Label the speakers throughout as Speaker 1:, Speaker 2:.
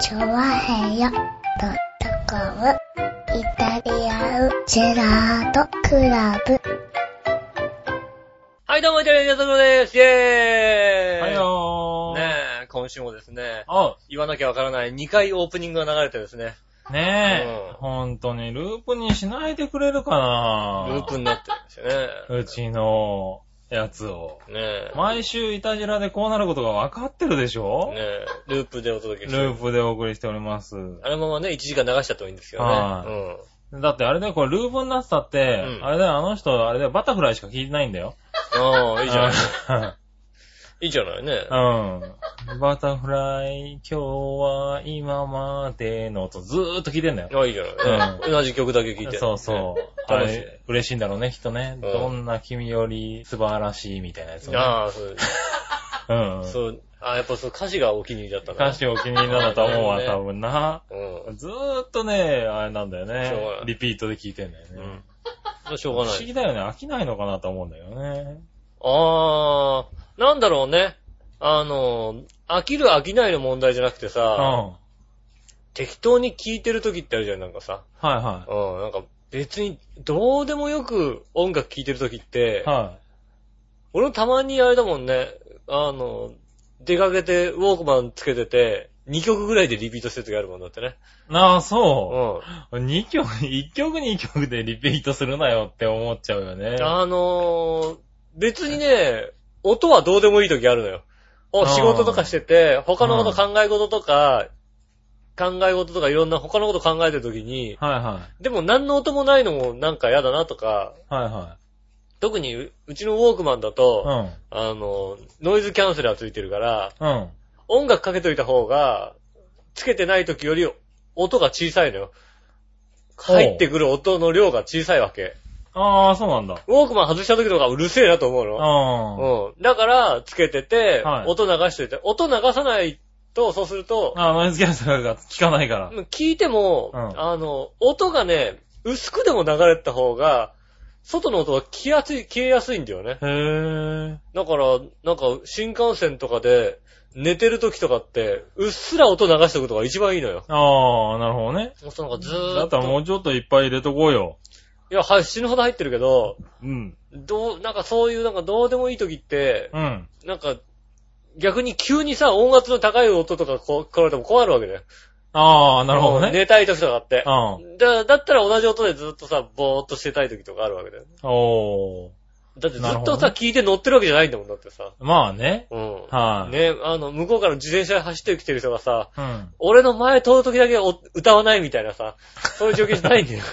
Speaker 1: チョワヘヨドットコムイタリアンジェラートクラブ。
Speaker 2: はい、どうも、イタリアンジェラートクラブです。イェーイ
Speaker 3: はいよー。
Speaker 2: ねえ、今週もですね、
Speaker 3: お
Speaker 2: 言わなきゃわからない2回オープニングが流れてですね、う
Speaker 3: ね
Speaker 2: ん
Speaker 3: え、ほんとにループにしないでくれるか
Speaker 2: ル
Speaker 3: な
Speaker 2: ープになってるんですよね。
Speaker 3: うちのやつを。
Speaker 2: ねえ。
Speaker 3: 毎週イタジラでこうなることが分かってるでしょ、
Speaker 2: ねえ、ループでお届けしてる
Speaker 3: ループでお送りしております。
Speaker 2: あのままね、1時間流しちゃってもいいんですけどね。
Speaker 3: はだってあれだよ、これループになってたって、
Speaker 2: うん
Speaker 3: あれだよ、あの人、あれだよ、バタフライしか聞いてないんだよ。
Speaker 2: うん。ああ、いいじゃない。
Speaker 3: ない。
Speaker 2: いいじゃないね。
Speaker 3: うん。バタフライ、今日は今までのとずーっと聞いてんだよ。
Speaker 2: ああ、いいじゃないね。同じ曲だけ聴いて。
Speaker 3: そうそう。あ
Speaker 2: 楽しい
Speaker 3: れ、嬉しいんだろうね、きっと
Speaker 2: う
Speaker 3: ね。
Speaker 2: ん
Speaker 3: どんな君より素晴らしいみたいなやつを
Speaker 2: ね。
Speaker 3: ね。
Speaker 2: ああ、そう。
Speaker 3: うん。
Speaker 2: そう。ああ、やっぱそう、歌詞がお気に入りだったな。
Speaker 3: 歌詞お気に入りなんだと思うわ、多分な。
Speaker 2: うん。
Speaker 3: ずーっとね、あれなんだよ
Speaker 2: しょうがな
Speaker 3: ね
Speaker 2: い。
Speaker 3: リピートで聞いてんだよ
Speaker 2: う
Speaker 3: ね
Speaker 2: ん。。まあしょう
Speaker 3: 不
Speaker 2: がな
Speaker 3: 思
Speaker 2: い。
Speaker 3: 議だよね。飽きないのかなと思うんだよね。
Speaker 2: あー、なんだろうね。あの、飽きる飽きないの問題じゃなくて
Speaker 3: うん。
Speaker 2: さ、
Speaker 3: は
Speaker 2: 適当に聞いてる時ってあるじゃん、なんかさ。
Speaker 3: いは
Speaker 2: うん、なんか別にどうでもよく音楽聴いてる時って
Speaker 3: い。、は
Speaker 2: 俺もたまにあれだもんね、あの、出かけてウォークマンつけてて、2曲ぐらいでリピートしてる時あるもんだってね。
Speaker 3: い。なあ、
Speaker 2: う
Speaker 3: そ
Speaker 2: ん。
Speaker 3: う。2曲、1曲2曲でリピートするなよって思っちゃうよね。
Speaker 2: あのー、別にね、音はどうでもいい時あるのよ。お
Speaker 3: あー
Speaker 2: 仕事とかしてて、他のこと考え事とか、考え事とかいろんな他のこと考えてる時に、
Speaker 3: はいは
Speaker 2: でも何の音もないのもなんか嫌だなとか、
Speaker 3: い。はいは
Speaker 2: 特にううちのウォークマンだと、
Speaker 3: い。
Speaker 2: あの、ノイズキャンセラーついてるから、
Speaker 3: うん。うん。
Speaker 2: 音楽かけといた方が、つけてない時より音が小さいのよ。
Speaker 3: ほう
Speaker 2: 入ってくる音の量が小さいわけ。
Speaker 3: ああ、そうなんだ。
Speaker 2: ウォークマン外した時とかうるせえなと思うの。
Speaker 3: う
Speaker 2: う
Speaker 3: ん。
Speaker 2: ん。だから、つけてて、
Speaker 3: はい
Speaker 2: 音流しといて。音流さないと、そうすると、
Speaker 3: あ、ノイズキャンセラーが効かないから。
Speaker 2: 聞いても、
Speaker 3: うん
Speaker 2: あの、音がね、薄くでも流れてた方が、外の音が消えやすい、消えやすいんだよね。
Speaker 3: へぇ
Speaker 2: だから、なんか、新幹線とかで、寝てる時とかって、うっすら音流しておくとが一番いいのよ。
Speaker 3: ー。ああ、なるほどね。
Speaker 2: もうなんかず
Speaker 3: だ
Speaker 2: ー
Speaker 3: っ
Speaker 2: ったと。
Speaker 3: らもうちょっといっぱい入れとこうよ。
Speaker 2: いや、はい、死ぬほど入ってるけど、
Speaker 3: うん。
Speaker 2: どう、なんかそういう、なんかどうでもいい時って、
Speaker 3: うん。
Speaker 2: なんか、逆に急にさ、音圧の高い音とかこ来られても困るわけだよ。
Speaker 3: ああ、なるほど
Speaker 2: うん
Speaker 3: ね。
Speaker 2: 寝たい時とかあって
Speaker 3: う。ん。
Speaker 2: だ、だったら同じ音でずっとさ、ぼーっとしてたい時とかあるわけだよ。
Speaker 3: おー。
Speaker 2: だってず
Speaker 3: なる
Speaker 2: っ
Speaker 3: ほ
Speaker 2: と
Speaker 3: ど
Speaker 2: さ、
Speaker 3: ね
Speaker 2: 聞いて乗ってるわけじゃないんだもん、だってさ。
Speaker 3: まあね。
Speaker 2: うん。
Speaker 3: はい、
Speaker 2: ね、あの、向こうから自転車で走ってきてる人がさ、
Speaker 3: うん。
Speaker 2: 俺の前通る時だけお歌わないみたいなさ、そういう状況じゃないんだよ。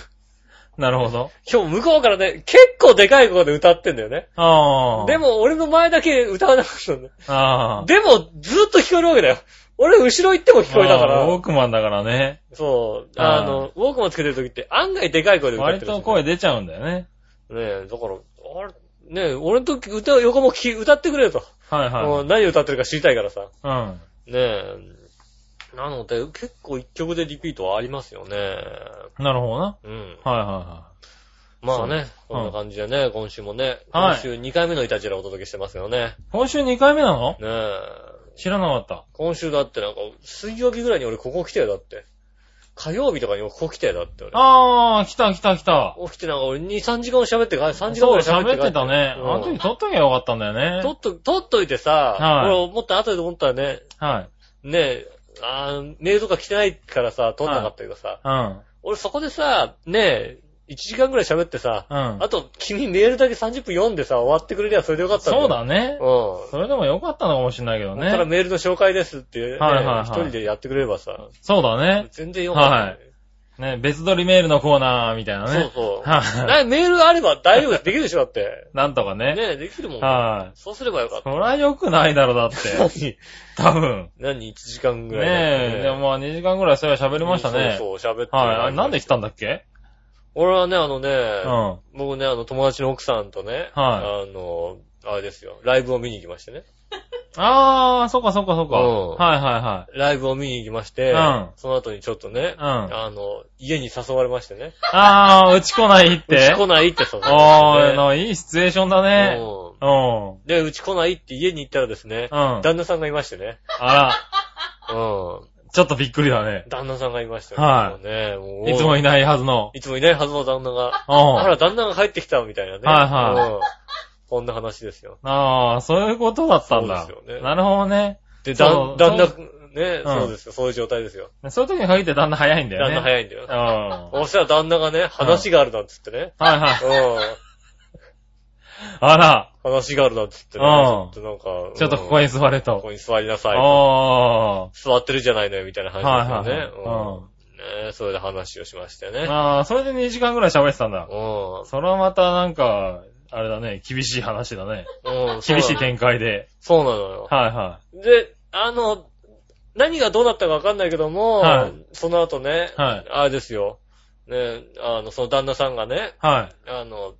Speaker 3: なるほど。
Speaker 2: 今日向こうからね、結構でかい声で歌ってんだよね。
Speaker 3: ああ。
Speaker 2: で。も俺の前だけ歌わなかったんだよ。
Speaker 3: ああ。
Speaker 2: でも、ずっと聞こえるわけだよ。俺、後ろ行っても聞こえたか
Speaker 3: あーウォ
Speaker 2: ら
Speaker 3: ー。クマンだからね。
Speaker 2: そう。
Speaker 3: あ
Speaker 2: あ
Speaker 3: ー
Speaker 2: の、ウォークマンつけてる時って案外でかい声で歌ってる
Speaker 3: 割
Speaker 2: んですよ、
Speaker 3: と声出ちゃうんだよね。
Speaker 2: ねえ、だから、あれ、ねえ、俺の時歌を横も聞き、歌ってくれよと。
Speaker 3: はい
Speaker 2: も
Speaker 3: は
Speaker 2: う
Speaker 3: い。
Speaker 2: 何歌ってるか知りたいからさ。
Speaker 3: うん。
Speaker 2: ねえ。なので、結構一曲でリピートはありますよね。
Speaker 3: なるほどな。
Speaker 2: うん。
Speaker 3: はいは
Speaker 2: まあね、
Speaker 3: そう
Speaker 2: こんな感じでね、今週もね、
Speaker 3: は
Speaker 2: 今
Speaker 3: い
Speaker 2: 週2回目のイタジラをお届けしてますよね。
Speaker 3: いはい。今週2回目なの
Speaker 2: ねえ。
Speaker 3: 知らなかった。
Speaker 2: 今週だってなんか、水曜日ぐらいに俺ここ来てよ、だって。火曜日とかにもここ来てよ、だって俺。
Speaker 3: ああ、来た来た来た。
Speaker 2: 起きてなんか俺2、3時間喋ってか、3時間
Speaker 3: そ
Speaker 2: ぐ
Speaker 3: う、
Speaker 2: らい喋って
Speaker 3: 喋
Speaker 2: 帰
Speaker 3: ってたね。
Speaker 2: うん
Speaker 3: あの時撮っときゃよかったんだよね。
Speaker 2: 撮っと、撮っといてさ、
Speaker 3: はい
Speaker 2: 俺思った後で思ったらね、
Speaker 3: はい。
Speaker 2: ねえ、あーメールとか来てないからさ、撮んなかったけどさ、
Speaker 3: うん。
Speaker 2: 俺そこでさ、ねえ、1時間ぐらい喋ってさ、
Speaker 3: うん
Speaker 2: あ。と君メールだけ30分読んでさ、終わってくれりゃそれでよかったん
Speaker 3: そう
Speaker 2: よ。
Speaker 3: だね。
Speaker 2: う
Speaker 3: それでもよかったのかもしれないけど
Speaker 2: ん。だから
Speaker 3: ね。
Speaker 2: メールの紹介ですって、ね、
Speaker 3: はいはいはい
Speaker 2: 一人でやってくれればさ、
Speaker 3: そうだね。
Speaker 2: 全然よかったよね、
Speaker 3: ね、別撮りメールのコーナーみたいなね。
Speaker 2: そうそう。
Speaker 3: は
Speaker 2: なメールあれば大丈夫です。できるでしょだって。
Speaker 3: い。なんとかね。
Speaker 2: ねえ、できるもん。
Speaker 3: はい。
Speaker 2: そうすればよかった。
Speaker 3: そりゃ良くないだろ、だって。
Speaker 2: 何
Speaker 3: 多分。
Speaker 2: 何 ?1 時間ぐらいだったよ
Speaker 3: ねえ、でもまあ2時間ぐらいそれは喋りましたね。
Speaker 2: そうそう、喋って。
Speaker 3: はい。あれなんで来たんだっけ
Speaker 2: 俺はね、あの
Speaker 3: う
Speaker 2: ね、
Speaker 3: ん。
Speaker 2: 僕ね、あの、友達の奥さんとね、
Speaker 3: は
Speaker 2: あの、あれですよ、ライブを見に行きましてね。
Speaker 3: あー、そっかそっかそっか。
Speaker 2: うん
Speaker 3: はいはいは
Speaker 2: ライブを見に行きまして
Speaker 3: うん、
Speaker 2: その後にちょっとね
Speaker 3: い。、うん。
Speaker 2: あの、家に誘われましてね。
Speaker 3: あー、うち来ないっ
Speaker 2: う
Speaker 3: て
Speaker 2: ち。来ないって誘わ
Speaker 3: あ
Speaker 2: れ
Speaker 3: ー、
Speaker 2: まし
Speaker 3: のいいシチュエーションだ
Speaker 2: てね
Speaker 3: ね。
Speaker 2: うん
Speaker 3: うん。
Speaker 2: で、うち来ないって家に行ったらですね、
Speaker 3: うん。
Speaker 2: 旦那さんがいましてね。
Speaker 3: あら、
Speaker 2: うん。
Speaker 3: ちょっとびっくりだね。
Speaker 2: 旦那さんがいました
Speaker 3: はい
Speaker 2: ね。もうね、
Speaker 3: いつもい
Speaker 2: い。
Speaker 3: ないはずの。
Speaker 2: いつもいないはずの旦那が。
Speaker 3: うん。
Speaker 2: あ
Speaker 3: あ
Speaker 2: ら、旦那が帰ってきた、みたいなね。
Speaker 3: はいはい
Speaker 2: うん。こんな話ですよ。
Speaker 3: あー、そういうことだったんだ。
Speaker 2: そうですよね
Speaker 3: なるほどね。
Speaker 2: で、だ
Speaker 3: そ
Speaker 2: ん、
Speaker 3: う
Speaker 2: 旦那
Speaker 3: そ、
Speaker 2: ね、
Speaker 3: うん
Speaker 2: そうですよ。そういう状態ですよ。
Speaker 3: そういう時に限って旦那早いんだよ
Speaker 2: 旦
Speaker 3: ね。
Speaker 2: 那早いんだよ。
Speaker 3: うん。
Speaker 2: そしたら旦那がね、話があるなんつってね。
Speaker 3: はいはい。
Speaker 2: う
Speaker 3: あら、
Speaker 2: ん。話があるなんつってね。
Speaker 3: うん
Speaker 2: ちょっとなんか、
Speaker 3: ちょっとここ
Speaker 2: に、
Speaker 3: に座れ。
Speaker 2: ことこに座りなさいと。
Speaker 3: あ
Speaker 2: 座ってるじゃないのよ、みたいな
Speaker 3: あ。はい
Speaker 2: 話
Speaker 3: はい
Speaker 2: ですよね。
Speaker 3: はい。うん。
Speaker 2: うん。ねそれで話をしましたよね。
Speaker 3: ああ、それで2時間ぐらい喋ってたんだ。
Speaker 2: う
Speaker 3: それはまたなんか、あれだね、厳しい話だね。
Speaker 2: ん。うん。
Speaker 3: 厳しい
Speaker 2: 点。
Speaker 3: 展開で。
Speaker 2: そうなのよ。
Speaker 3: はいは
Speaker 2: で、あの、何がどうなったかわかんないけども、
Speaker 3: はい
Speaker 2: その後ね、
Speaker 3: はい
Speaker 2: あれですよ。ね、あの、その旦那さんがね、
Speaker 3: い。はい。
Speaker 2: あの、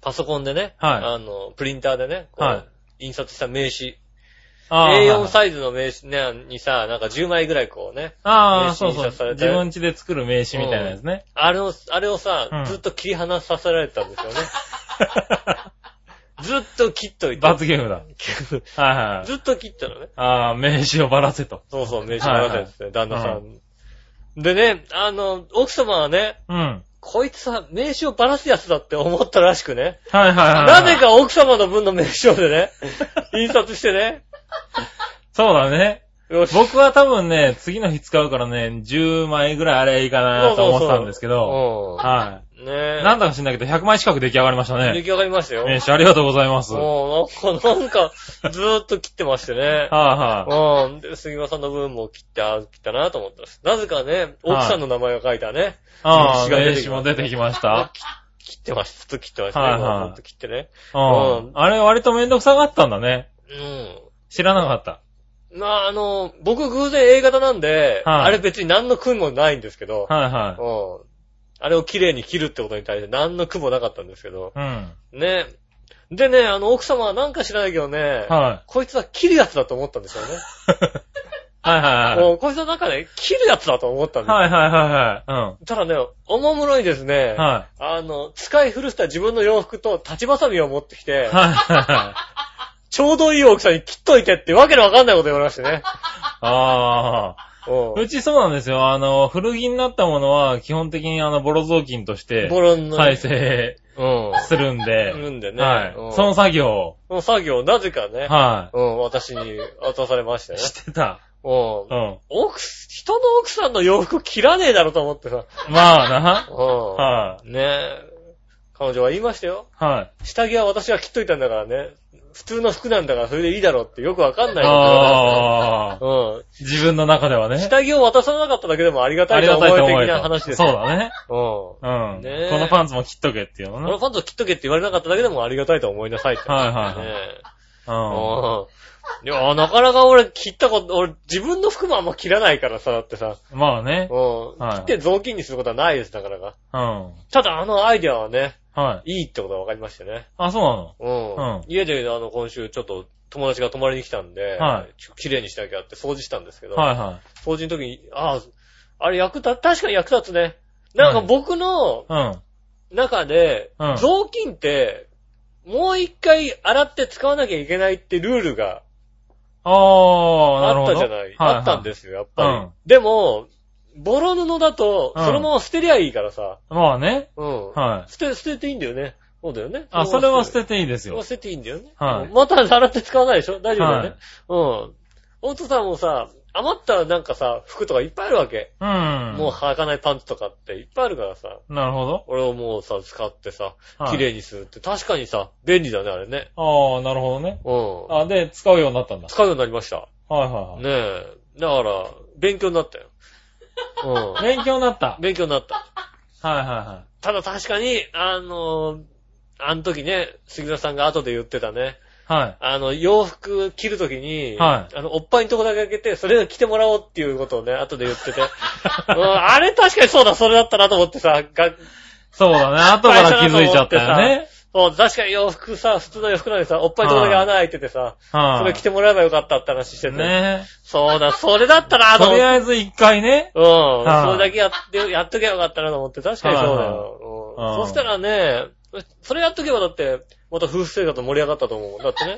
Speaker 2: パソコンでね、
Speaker 3: はい
Speaker 2: あの、プリンターでね、こう
Speaker 3: は
Speaker 2: 印刷した名刺、
Speaker 3: ああ。
Speaker 2: A4
Speaker 3: イ
Speaker 2: サイズの名刺、ね、にさ、なんか10枚ぐらいこうね、
Speaker 3: あ
Speaker 2: 名刺
Speaker 3: あ、そう
Speaker 2: 印
Speaker 3: そう。
Speaker 2: 刷され
Speaker 3: 自
Speaker 2: た
Speaker 3: 分家で作る名刺みたいなやつね。
Speaker 2: あれを、あれをさ、
Speaker 3: うん
Speaker 2: ずっと切り離させられたんですよ ね。ずっと切っといて。
Speaker 3: 罰ゲームだ。はいはいは い。
Speaker 2: ずっと切ったのね。
Speaker 3: ああ、名刺をばらせと。
Speaker 2: そうそう、名刺もらったんですね、旦那さ。
Speaker 3: うん
Speaker 2: でね、あの、奥様はね、
Speaker 3: うん。
Speaker 2: こいつは名刺をばらすやつだって思ったらしくね。
Speaker 3: はいはいはい。
Speaker 2: なぜ。か奥様の分の名刺をで ね、印刷してね。
Speaker 3: そうだね。
Speaker 2: よし
Speaker 3: 僕は多分ね、次の日使うからね、10枚ぐらいあれいいかなと思ってたんですけ
Speaker 2: う
Speaker 3: ど。は
Speaker 2: ん。ね
Speaker 3: い。
Speaker 2: え。
Speaker 3: なんだか知んないけど、100枚近く出来上がりました
Speaker 2: 出来
Speaker 3: ね。
Speaker 2: 上がりましたよ。
Speaker 3: 名刺ありがとうございます。はい
Speaker 2: もう、なんか、なんか、ずーっと切ってまして ね。
Speaker 3: は
Speaker 2: うん。で、杉間さんの分も切って、あー切ったなと思ったんです。なぜかね、奥さんの名前が書いたね。
Speaker 3: い。
Speaker 2: 名
Speaker 3: ああ、
Speaker 2: 刺が出
Speaker 3: 名
Speaker 2: てき
Speaker 3: 刺
Speaker 2: ま
Speaker 3: も
Speaker 2: した
Speaker 3: 出てきました。
Speaker 2: 切ってました。ずっと切ってましたね。
Speaker 3: はいはい
Speaker 2: もうほんと切ってね。
Speaker 3: う
Speaker 2: うん
Speaker 3: ん。あれ割とめんどくさかったんだね。
Speaker 2: うん。
Speaker 3: 知らなかった。
Speaker 2: まあ、あの、僕偶然 A 型なんで、
Speaker 3: はい
Speaker 2: あれ別に何の苦もないんですけど、
Speaker 3: はいは
Speaker 2: うん。あれを綺麗に切るってことに対して何の苦もなかったんですけど、
Speaker 3: い。うん。
Speaker 2: ね。でね、あの、奥様はなんか知らないけどね、
Speaker 3: はい。
Speaker 2: こいつは切るやつだと思ったんですよね。
Speaker 3: はいはいはい。
Speaker 2: もうこいつの中で切るやつだと思ったんですよ。
Speaker 3: はいはいはいはい。
Speaker 2: ただね、おもむろにですね
Speaker 3: うん。、は
Speaker 2: あの、使い古した自分の洋服と立ちばさみを持ってき
Speaker 3: い。
Speaker 2: て、
Speaker 3: はいはいはい。
Speaker 2: ちょうどいい大きさに切っといてってわけのわかんない こと言われましてね。
Speaker 3: ああ。
Speaker 2: う
Speaker 3: うちそうなんですよ。あの、古着になったものは基本的にあの、ボロ雑巾とし
Speaker 2: ん。
Speaker 3: て
Speaker 2: ボロンの。
Speaker 3: 再生
Speaker 2: うん。
Speaker 3: するんで。
Speaker 2: するんでね。
Speaker 3: はい
Speaker 2: うん。
Speaker 3: その作業を、
Speaker 2: その作業をなぜかね、
Speaker 3: は
Speaker 2: うん、私に渡されました
Speaker 3: い。
Speaker 2: ね。
Speaker 3: してた。
Speaker 2: うん
Speaker 3: う。ん。
Speaker 2: 奥す、人の奥さんの洋服着らねえだろと思ってさ。
Speaker 3: まあ
Speaker 2: うん。
Speaker 3: な。は
Speaker 2: ねえ。彼女は言いましたよ。
Speaker 3: い。はい。
Speaker 2: 下着は私が切っといたんだからね。普通の服なんだからそれでいいだろうってよくわかんない
Speaker 3: ああ。
Speaker 2: よ。うん。
Speaker 3: 自分の中ではね。
Speaker 2: 下着を渡さなかっただけでもありがた
Speaker 3: あ
Speaker 2: い
Speaker 3: り
Speaker 2: と
Speaker 3: が
Speaker 2: 思
Speaker 3: たいと
Speaker 2: え
Speaker 3: 思
Speaker 2: 的
Speaker 3: え
Speaker 2: な
Speaker 3: た。
Speaker 2: 話です
Speaker 3: そう
Speaker 2: よ。
Speaker 3: だね。
Speaker 2: そ
Speaker 3: うん。
Speaker 2: ねえ
Speaker 3: このパンツも切っとけっていうの
Speaker 2: うん。
Speaker 3: ね。
Speaker 2: このファンと切っとけって言われなかっただけでもありがたいと思いなさいって。
Speaker 3: はいはいはい
Speaker 2: ねえ
Speaker 3: うん。
Speaker 2: うん。いや、なかなか俺切ったこと、俺自分の服もあんま切らないからさ、だってさ。
Speaker 3: まあね。
Speaker 2: うん。
Speaker 3: はい
Speaker 2: 切って雑巾にすることはないです、なかなか。
Speaker 3: うん。
Speaker 2: ただあのアイデアはね、
Speaker 3: はい。
Speaker 2: いいってことは分かりましたね。
Speaker 3: あ、そうなの
Speaker 2: うん。
Speaker 3: うん
Speaker 2: 家で、あの、今週ちょっと友達が泊まりに来たんで、
Speaker 3: は
Speaker 2: 綺麗にしなきゃって掃除したんですけど、
Speaker 3: はいはい。
Speaker 2: 掃除の時に、ああ、あれ役立つ、確かに役立つね。なんか
Speaker 3: はい
Speaker 2: 僕の
Speaker 3: うん。
Speaker 2: 中で、
Speaker 3: うん
Speaker 2: 雑巾って、もう一回洗って使わなきゃいけないってルールが
Speaker 3: ああ、なる
Speaker 2: あっ
Speaker 3: ほど。
Speaker 2: たじゃない。
Speaker 3: はは
Speaker 2: あったんですよ、やっ
Speaker 3: う
Speaker 2: ぱ
Speaker 3: ん
Speaker 2: り。でも、ボロ布だと、
Speaker 3: うん
Speaker 2: そのまま捨てりゃいいからさ。
Speaker 3: まあね。
Speaker 2: うん。
Speaker 3: はい。
Speaker 2: 捨て、捨てていいんだよね。そうだよね。
Speaker 3: あ、それは捨
Speaker 2: て
Speaker 3: てていいです
Speaker 2: それは
Speaker 3: よ。
Speaker 2: 捨てていいんだよね。
Speaker 3: はい
Speaker 2: また洗って使わないでしょ大丈夫だよね
Speaker 3: はい。
Speaker 2: うん。ほんとさ、もうさ、余ったなんかさ、服とかいっぱいあるわけ。
Speaker 3: うん。
Speaker 2: もう履かないパンツとかっていっぱいあるからさ。
Speaker 3: なるほど。
Speaker 2: 俺をもうさ、使ってさ、
Speaker 3: はい
Speaker 2: 綺麗にするって、確かにさ、便利だね、あれね。
Speaker 3: ああ、なるほどね。
Speaker 2: うん。
Speaker 3: あ、で、使うようになったんだ。
Speaker 2: 使うようになりました。
Speaker 3: はいはい
Speaker 2: ねえ。だから、勉強になったよ。うん
Speaker 3: は。い。勉強になった。
Speaker 2: 勉強になった。
Speaker 3: はいはいは
Speaker 2: ただ確かに、あのーあの時ね、杉田さんが後で言ってたね、
Speaker 3: い。はい。
Speaker 2: あの、洋服着る時に、
Speaker 3: はい
Speaker 2: あの、おっぱいのとこだけ開けて、それを着てもらおうっていうことをね、後で言ってて、 うんあれ確かにそうだ、それだったなと思ってさ、が
Speaker 3: そうだ ね。後から気づいちゃったよね。
Speaker 2: そう確かに洋服さ、普通の洋服なのにさ、おっぱいのとこだけ穴開いててさ、
Speaker 3: はい。
Speaker 2: それ着てもらえばよかったって話してて、
Speaker 3: ね
Speaker 2: そうだ、それだったなと
Speaker 3: と
Speaker 2: 思っ
Speaker 3: り
Speaker 2: て。
Speaker 3: あえず一回ね。
Speaker 2: うん。
Speaker 3: はい
Speaker 2: それだけやって、やっとけばよかったなと思って、確かにそうだよ。
Speaker 3: はいは
Speaker 2: う
Speaker 3: い
Speaker 2: ん
Speaker 3: う
Speaker 2: そ
Speaker 3: ん
Speaker 2: したらね、それやっとけばだって、また夫婦生活盛り上がったと思うもん。だってね。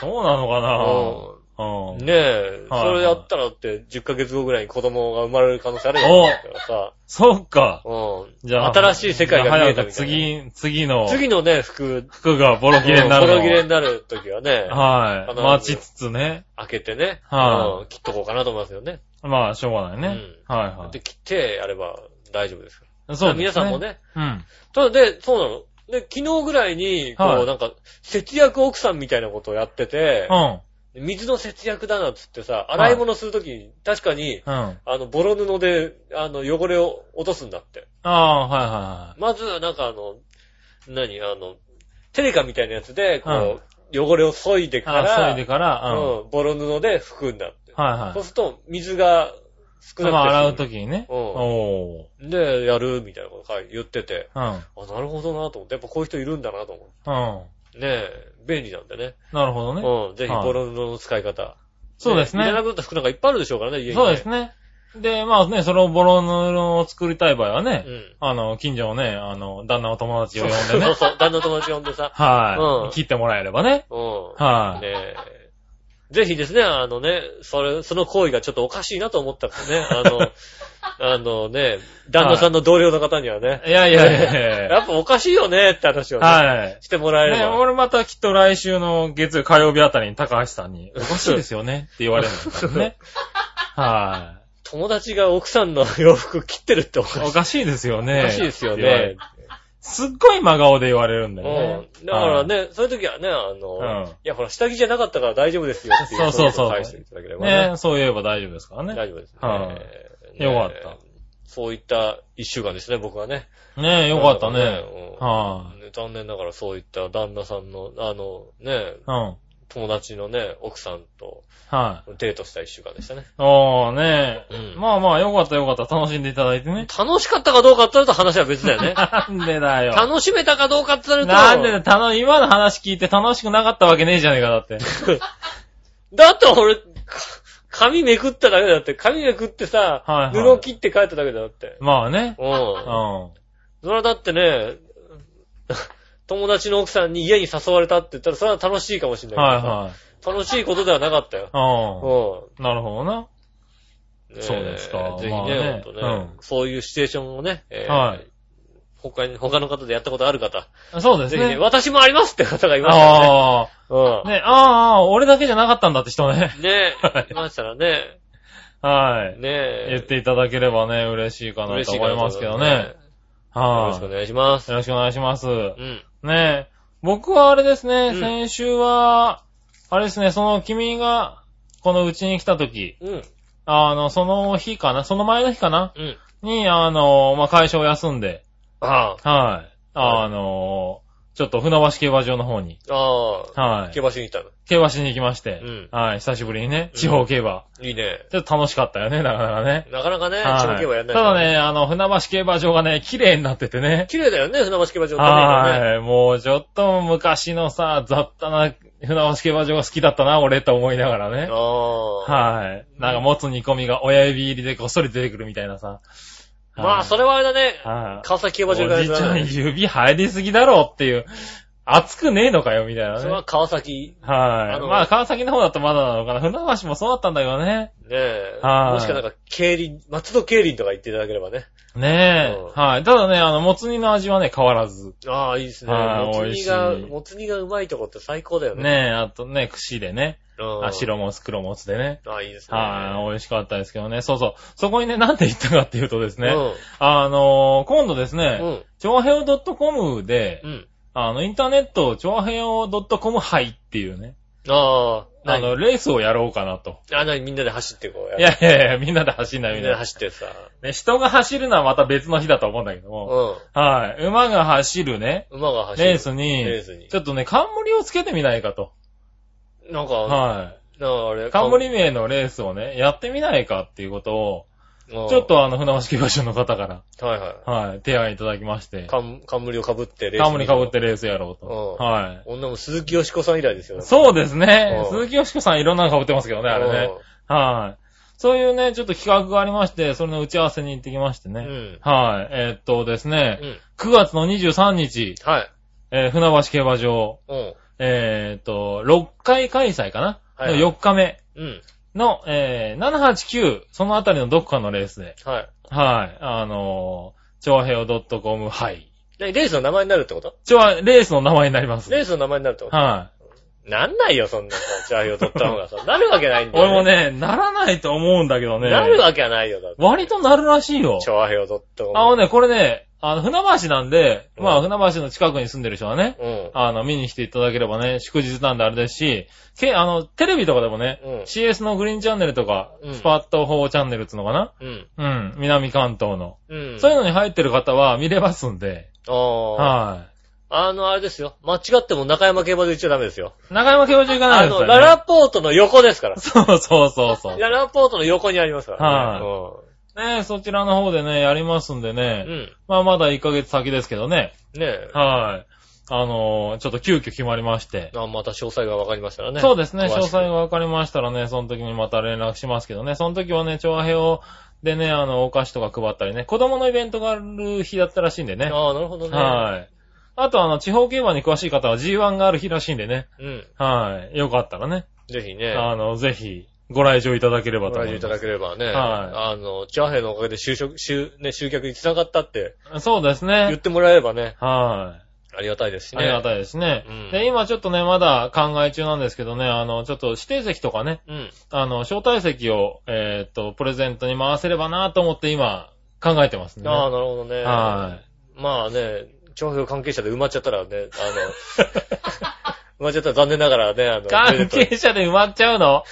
Speaker 3: そうなのかな
Speaker 2: う
Speaker 3: うん。
Speaker 2: ねえ、
Speaker 3: はい
Speaker 2: それやったらって10ヶ月後ぐらいに子供が生まれる可能性あるよね。だから
Speaker 3: そうか。
Speaker 2: さ、うん。
Speaker 3: じゃあ、
Speaker 2: 新しい世界が見えたみたいな
Speaker 3: 早く次、次の
Speaker 2: 次のね、服、
Speaker 3: 服がボロ切れになる
Speaker 2: ボ
Speaker 3: の。
Speaker 2: ロ切れになる時はね、
Speaker 3: はい。
Speaker 2: 必ず
Speaker 3: 待ちつつね。
Speaker 2: 開けてね、
Speaker 3: はい
Speaker 2: うん切っとこうかなと思いますよね。
Speaker 3: まあ、しょうがないね。はいはい。
Speaker 2: で、切ってやれば大丈夫ですから。
Speaker 3: そうですね。
Speaker 2: 皆さんも。ね、
Speaker 3: うん。
Speaker 2: ただで、そうなの。で、昨日ぐらいに、こう、
Speaker 3: はい
Speaker 2: なんか、節約奥さんみたいなことをやってて、
Speaker 3: うん。
Speaker 2: 水の節約だなっつってさ、洗い物するときに、確かに、
Speaker 3: うん。あ
Speaker 2: あの、ボロ布で、あの、汚れを落とすんだって。
Speaker 3: あ、はいは
Speaker 2: まず、なんかあの、何、あの、テレカみたいなやつで、こ
Speaker 3: は
Speaker 2: う、汚れを削いで
Speaker 3: い
Speaker 2: か
Speaker 3: はい。ああ、
Speaker 2: ら、
Speaker 3: 急いでから、うん。
Speaker 2: うん、ボロ布で拭くんだって。
Speaker 3: は
Speaker 2: そ
Speaker 3: い
Speaker 2: う
Speaker 3: は
Speaker 2: すると、水が少
Speaker 3: い。
Speaker 2: なくて済む。
Speaker 3: まあ、洗うときにね。
Speaker 2: うん
Speaker 3: おー。
Speaker 2: で、やるみたいなこと書い言ってて、
Speaker 3: うん。
Speaker 2: あ、なるほどなと思って、やっぱこういう人いるんだなと思って。
Speaker 3: うん。
Speaker 2: ねえ、便利なんでね。
Speaker 3: なるほどね。
Speaker 2: うん、ぜひ
Speaker 3: はい
Speaker 2: ボロ布の使い方。
Speaker 3: そうです
Speaker 2: いらな
Speaker 3: ね。
Speaker 2: くなった服なんかいっぱいあるでしょうからね、家に、
Speaker 3: そうです
Speaker 2: ね。
Speaker 3: ね。で、まあね、それをボロ布を作りたい場合はね
Speaker 2: う、ん。
Speaker 3: あの、近所のね、あの、旦那を友達を呼 ん
Speaker 2: そう
Speaker 3: で
Speaker 2: そう
Speaker 3: ね、
Speaker 2: そう、旦那友達呼んでさ。う
Speaker 3: は
Speaker 2: ん
Speaker 3: い。切ってもらえればね。
Speaker 2: う
Speaker 3: は
Speaker 2: ん。
Speaker 3: い。
Speaker 2: ねえ。ぜひですね、あのね、それ、その行為がちょっとおかしいなと思ったらね、あ の、あのね、旦那さんの同僚の方にはね、
Speaker 3: いやいやいやい
Speaker 2: やっぱおかしいよねって話をね、
Speaker 3: はい。
Speaker 2: してもらえれ
Speaker 3: ね、
Speaker 2: ば。
Speaker 3: 俺またきっと来週の月曜、火曜日あたりに高橋さんに、おかしいですよねって言われるんですよ ね。は
Speaker 2: 友達が奥さんの洋服切ってるっておかし
Speaker 3: い。
Speaker 2: い。
Speaker 3: おかしいですよ
Speaker 2: お
Speaker 3: ね。
Speaker 2: かしいですよ
Speaker 3: って言われ
Speaker 2: ね
Speaker 3: る。。すっごい真顔で言われるんだよね
Speaker 2: う。ん。だからね、そういう時はね、あの、
Speaker 3: うん
Speaker 2: いや、ほら、下着じゃなかったから大丈夫ですよってい
Speaker 3: そうそうそう
Speaker 2: のを返していただければ
Speaker 3: はい。
Speaker 2: ね。
Speaker 3: ね、そう言えば大丈夫ですからね。
Speaker 2: 大丈夫ですね。
Speaker 3: は
Speaker 2: ね
Speaker 3: よかった。
Speaker 2: そういった一週間ですね、僕はね。
Speaker 3: ねえ、よかったね。
Speaker 2: うん
Speaker 3: は
Speaker 2: ね残念ながらそういった旦那さんの、あの、ね、
Speaker 3: い。うん。
Speaker 2: 友達のね、奥さんと
Speaker 3: はい。
Speaker 2: デートした一週間でしたね。
Speaker 3: おーね
Speaker 2: うん
Speaker 3: まあまあ、よかったよかった。楽しんでいただいて ね。
Speaker 2: 楽しかったかどうかってなると話は別だよ ね。
Speaker 3: なんでだよ。
Speaker 2: 楽しめたかどうかってなると。
Speaker 3: なんでだ、たの、今の話聞いて楽しくなかったわけねえじゃねえか、だって。
Speaker 2: だって俺、か紙めくっただけだって。紙めくってさ、
Speaker 3: はいはい
Speaker 2: 布切って帰っただけだって。
Speaker 3: まあね。
Speaker 2: うん。
Speaker 3: うん。 は
Speaker 2: それはだってね、 友達の奥さんに家に誘われたって言ったら、それは楽しいかもしれ
Speaker 3: い
Speaker 2: ないけどさ、
Speaker 3: は
Speaker 2: 楽しいことではなかったよ
Speaker 3: い。。
Speaker 2: う
Speaker 3: う。
Speaker 2: ん
Speaker 3: なるほど
Speaker 2: ん。
Speaker 3: な。
Speaker 2: ねえ
Speaker 3: そうですか
Speaker 2: ぜひね、
Speaker 3: まあね
Speaker 2: ほんとね、そういうシチュエーションをね、えー
Speaker 3: はい
Speaker 2: 他に、他の方でやったことある方、
Speaker 3: そうです
Speaker 2: ぜひね、
Speaker 3: ね。
Speaker 2: 私もありますって方がいましたらね。
Speaker 3: あ
Speaker 2: う
Speaker 3: あ。ね、ああ、俺だけじゃなかったんだって人ね。
Speaker 2: ん。ね
Speaker 3: はい
Speaker 2: いましたらね、
Speaker 3: はい。
Speaker 2: ねえ
Speaker 3: 言っていただければね、嬉しいかな
Speaker 2: 嬉
Speaker 3: と
Speaker 2: しい
Speaker 3: 思
Speaker 2: か
Speaker 3: い
Speaker 2: な
Speaker 3: ますけどね。。
Speaker 2: よろ
Speaker 3: は
Speaker 2: しくお
Speaker 3: い。
Speaker 2: 願いします。
Speaker 3: よろしくお願いします。
Speaker 2: うん。
Speaker 3: ねえ。僕はあれですね、
Speaker 2: うん
Speaker 3: 先週は、あれですね、その君が、このうちに来た時、
Speaker 2: うん。
Speaker 3: あの、その日かな、その前の日かな、
Speaker 2: うん。
Speaker 3: に、あの、まあ、会社を休んで、
Speaker 2: あ
Speaker 3: はい。あの、ちょっと船橋競馬場の方に、
Speaker 2: あ。ああ。
Speaker 3: はい
Speaker 2: 競。馬しに行ったの。
Speaker 3: 競馬しに行きまして、
Speaker 2: うん
Speaker 3: はい、久しぶりにね、
Speaker 2: うん
Speaker 3: 地方競馬。
Speaker 2: いいね。
Speaker 3: ちょっと楽しかったよね、なかなかね。
Speaker 2: なかなかね、
Speaker 3: はい
Speaker 2: 地方競馬やんない
Speaker 3: た
Speaker 2: から
Speaker 3: だ。ね、あの、船橋競馬場がね、綺麗になっててね。
Speaker 2: 綺麗だよね、船橋競馬場ってね。
Speaker 3: はい、もうちょっと昔のさ、雑多な船橋競馬場が好きだったな、俺と思いながらね
Speaker 2: あ。あ。
Speaker 3: はい。なんか持つ煮込みが親指入りでこっそり出てくるみたいなさ。
Speaker 2: まあ、それはあれだね。
Speaker 3: はい。
Speaker 2: 川崎競
Speaker 3: お
Speaker 2: 馬
Speaker 3: じ
Speaker 2: 場から
Speaker 3: いちゃん指入りすぎだろっていう。熱くねえのかよ、みたいな
Speaker 2: そ
Speaker 3: ね。
Speaker 2: れは
Speaker 3: はい。
Speaker 2: 川崎。あの
Speaker 3: まあ、川崎の方だとまだなのかな。船橋もそうだったんだけどね。
Speaker 2: ねえ。
Speaker 3: はい
Speaker 2: もしくはなんか、競輪、松戸競輪とか行っていただければね。
Speaker 3: ね
Speaker 2: うん
Speaker 3: え。はい。ただね、あの、もつ煮の味はね、変わらず。
Speaker 2: ああ、いいですね。
Speaker 3: はい
Speaker 2: もつ煮が、
Speaker 3: 美味しい
Speaker 2: もつ煮がうまいとこって最高だよね。
Speaker 3: ねえ、あとね、串でね。
Speaker 2: うん。
Speaker 3: あ、白もつ、黒もつでね。
Speaker 2: ああ、いいですね。
Speaker 3: はい、美味しかったですけどね。そうそう。そこにね、なんで行ったかっていうとです
Speaker 2: う
Speaker 3: ね。
Speaker 2: ん。
Speaker 3: あのー、今度です
Speaker 2: う
Speaker 3: ね、
Speaker 2: ん。
Speaker 3: 長平を .com で
Speaker 2: う、ん。
Speaker 3: あの、インターネット長平を .com 杯っていうね、
Speaker 2: ああ、
Speaker 3: あ
Speaker 2: あ
Speaker 3: の、
Speaker 2: の、
Speaker 3: レースをやろうかなと。
Speaker 2: あ、なにみんなで走ってこう。
Speaker 3: いやいやいや、みんなで走んない
Speaker 2: み
Speaker 3: み
Speaker 2: んな
Speaker 3: た
Speaker 2: いで
Speaker 3: な。
Speaker 2: 走ってさ。
Speaker 3: ね、人が走るのはまた別の日だと思うんだけども。
Speaker 2: う
Speaker 3: はい。馬が走るね、
Speaker 2: ん。馬が走る。
Speaker 3: レースに、
Speaker 2: レースに
Speaker 3: ちょっとね、冠をつけてみないかと。
Speaker 2: なんか、
Speaker 3: は
Speaker 2: なんかあれ、
Speaker 3: い。冠名のレースをね、やってみないかっていうことを、
Speaker 2: ちょ
Speaker 3: ちょっ、とあの、船橋競馬場の方から、
Speaker 2: はいは
Speaker 3: はい、提案いただきまして
Speaker 2: い。、冠冠をかぶってレース。
Speaker 3: 冠かぶっ。てレースやろうと。
Speaker 2: うん
Speaker 3: はい。
Speaker 2: 女も鈴木よしこさん以来ですよね。
Speaker 3: そうですね。
Speaker 2: うん
Speaker 3: 鈴木よしこさんいろんなの被ってますけど
Speaker 2: う
Speaker 3: ね、あれね。はい。そういうね、ちょっと企画がありまして、それの打ち合わせに行ってきまして
Speaker 2: んう
Speaker 3: ね。
Speaker 2: ん。
Speaker 3: はい。えーっとですね
Speaker 2: う、ん。
Speaker 3: 9月の23日、
Speaker 2: はい。
Speaker 3: えー船橋競馬場、
Speaker 2: うん。
Speaker 3: えーっと、6回開催かな、
Speaker 2: はいはい
Speaker 3: ?4 日目。
Speaker 2: ううん。
Speaker 3: の、えー、789、そのあたりのどこかのレースで、
Speaker 2: はい。
Speaker 3: はい、あのー、長平を .com 杯。
Speaker 2: でレースの名前になるってこと
Speaker 3: 一応、レースの名前になります。
Speaker 2: レースの名前になるってこと
Speaker 3: は
Speaker 2: なんないよ、そんなさ、チャーヒを取った方がさ。な るわけないん
Speaker 3: い。
Speaker 2: だよ、
Speaker 3: 俺も、ね、ならないと思うんだけどね。
Speaker 2: なるわけないよ、だって。
Speaker 3: 割となるらしいよ。
Speaker 2: チャーヒを取った方が。
Speaker 3: あのね、これね、あの、船橋なんで、
Speaker 2: うん
Speaker 3: まあ、船橋の近くに住んでる人はね、
Speaker 2: うん。
Speaker 3: あの、見に来ていただければね、祝日なんであれですし、け、あの、テレビとかでもね、
Speaker 2: うん
Speaker 3: CS のグリーンチャンネルとか、
Speaker 2: うん
Speaker 3: スパット法チャンネルっつうのかな
Speaker 2: うん。
Speaker 3: うん、南関東の。
Speaker 2: うん。
Speaker 3: そういうのに入ってる方は見れますんで、
Speaker 2: あ
Speaker 3: は
Speaker 2: あ。あの、あれですよ。間違っても中山競馬場行っちゃダメですよ。
Speaker 3: い。中山教授行か
Speaker 2: あ
Speaker 3: ないです
Speaker 2: の、
Speaker 3: よ、ね。
Speaker 2: ララポートの横ですから。
Speaker 3: そうそうそうそう。
Speaker 2: ララポートの横にありますからね。
Speaker 3: ねえ、そちらの方でね、やりますんでね、
Speaker 2: うん。うん。
Speaker 3: まあ、まだ1ヶ月先ですけどね、
Speaker 2: ねえ。
Speaker 3: はい。あのーちょっと急遽決まりまして、
Speaker 2: あまた詳細が分かりましたらね。
Speaker 3: そうですね、
Speaker 2: 詳しく
Speaker 3: 詳細が分かりましたらね、その時にまた連絡しますけどね、その時はね、調和表でね、あの、お菓子とか配ったりね、子供のイベントがある日だったらしいんでね。
Speaker 2: ああ、なるほどね。
Speaker 3: はい。あと、あの、地方競馬に詳しい方は G1 がある日らしいんでね。
Speaker 2: うん。
Speaker 3: はい。よかったらね、
Speaker 2: ぜひね。
Speaker 3: あの、ぜひ、ご来場いただければ
Speaker 2: ご
Speaker 3: と思
Speaker 2: 来
Speaker 3: い
Speaker 2: 場
Speaker 3: ま
Speaker 2: い
Speaker 3: す。
Speaker 2: ただければね。
Speaker 3: は
Speaker 2: あの、チャーヘイのおかげで就職、就、ね、集客に繋がったって
Speaker 3: そうです
Speaker 2: 言っ
Speaker 3: ね。
Speaker 2: てもらえればね、
Speaker 3: はい。
Speaker 2: ありがたいですしね。
Speaker 3: ありがたいですね、
Speaker 2: うん
Speaker 3: で、今ちょっとね、まだ考え中なんですけどね、あの、ちょっと指定席とかね、
Speaker 2: うん。
Speaker 3: あの、招待席を、えーっと、プレゼントに回せればなと思って今、考えてますね。
Speaker 2: ああ、なるほどね。
Speaker 3: はい。
Speaker 2: まあね、長兵関係者で埋まっちゃったらね、 あの、埋まっちゃったら残念ながらね、あの、プレゼ
Speaker 3: 関
Speaker 2: ントね
Speaker 3: 係者で埋まっちゃうの、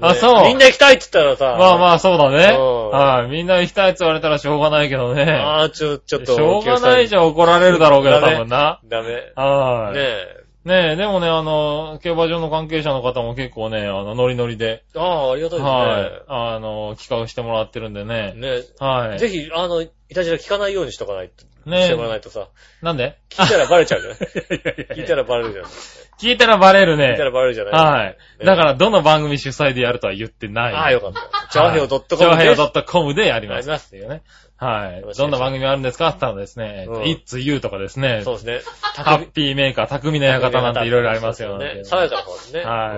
Speaker 3: あ、そう。
Speaker 2: みんな行きたいって言ったらさ、
Speaker 3: まあまあ、そうだね。
Speaker 2: うん
Speaker 3: はい。みんな行きたいって言われたらしょうがないけどね。
Speaker 2: ああ、ちょ、ちょっと、
Speaker 3: しょうがないじゃん、怒られるだろうけど、多分な。
Speaker 2: ダメ。
Speaker 3: はい。
Speaker 2: ねえ。
Speaker 3: ねえ、でもね、あの、競馬場の関係者の方も結構ね、あの、ノリノリで、
Speaker 2: ああ、ありがたい
Speaker 3: はい
Speaker 2: で。
Speaker 3: あの、企画してもらってるんでね
Speaker 2: す。ね。ね
Speaker 3: はい。
Speaker 2: ぜひ、あの、いたじら聞かないようにしとかないと、
Speaker 3: ね
Speaker 2: してもらわないとさ、
Speaker 3: なんで
Speaker 2: 聞いたらバレちゃうじ ゃない聞
Speaker 3: 聞
Speaker 2: いた
Speaker 3: ら、
Speaker 2: らバレるじゃない
Speaker 3: 聞いたらバレ
Speaker 2: 聞
Speaker 3: る
Speaker 2: いたら
Speaker 3: ね。
Speaker 2: バレるじゃない
Speaker 3: はい。
Speaker 2: ね
Speaker 3: だから、どの番組主催でやるとは言ってない。
Speaker 2: ああ、よ
Speaker 3: っ
Speaker 2: かった。チャーヘオ .com です。
Speaker 3: 長平洋 .com でやります。
Speaker 2: やります
Speaker 3: っていうね。は
Speaker 2: よろし。
Speaker 3: い
Speaker 2: いです
Speaker 3: どんな番組あるんですかって言ったらですね、
Speaker 2: うん
Speaker 3: It's You とかですね、
Speaker 2: そうですね。
Speaker 3: ハッピーメーカー、匠の館なんていろいろありますよ
Speaker 2: ね。
Speaker 3: ね。
Speaker 2: 爽やかな方ですね。
Speaker 3: は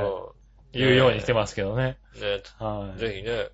Speaker 3: 言うようにしてますけどね。
Speaker 2: い。ね、
Speaker 3: はい。
Speaker 2: ぜひね、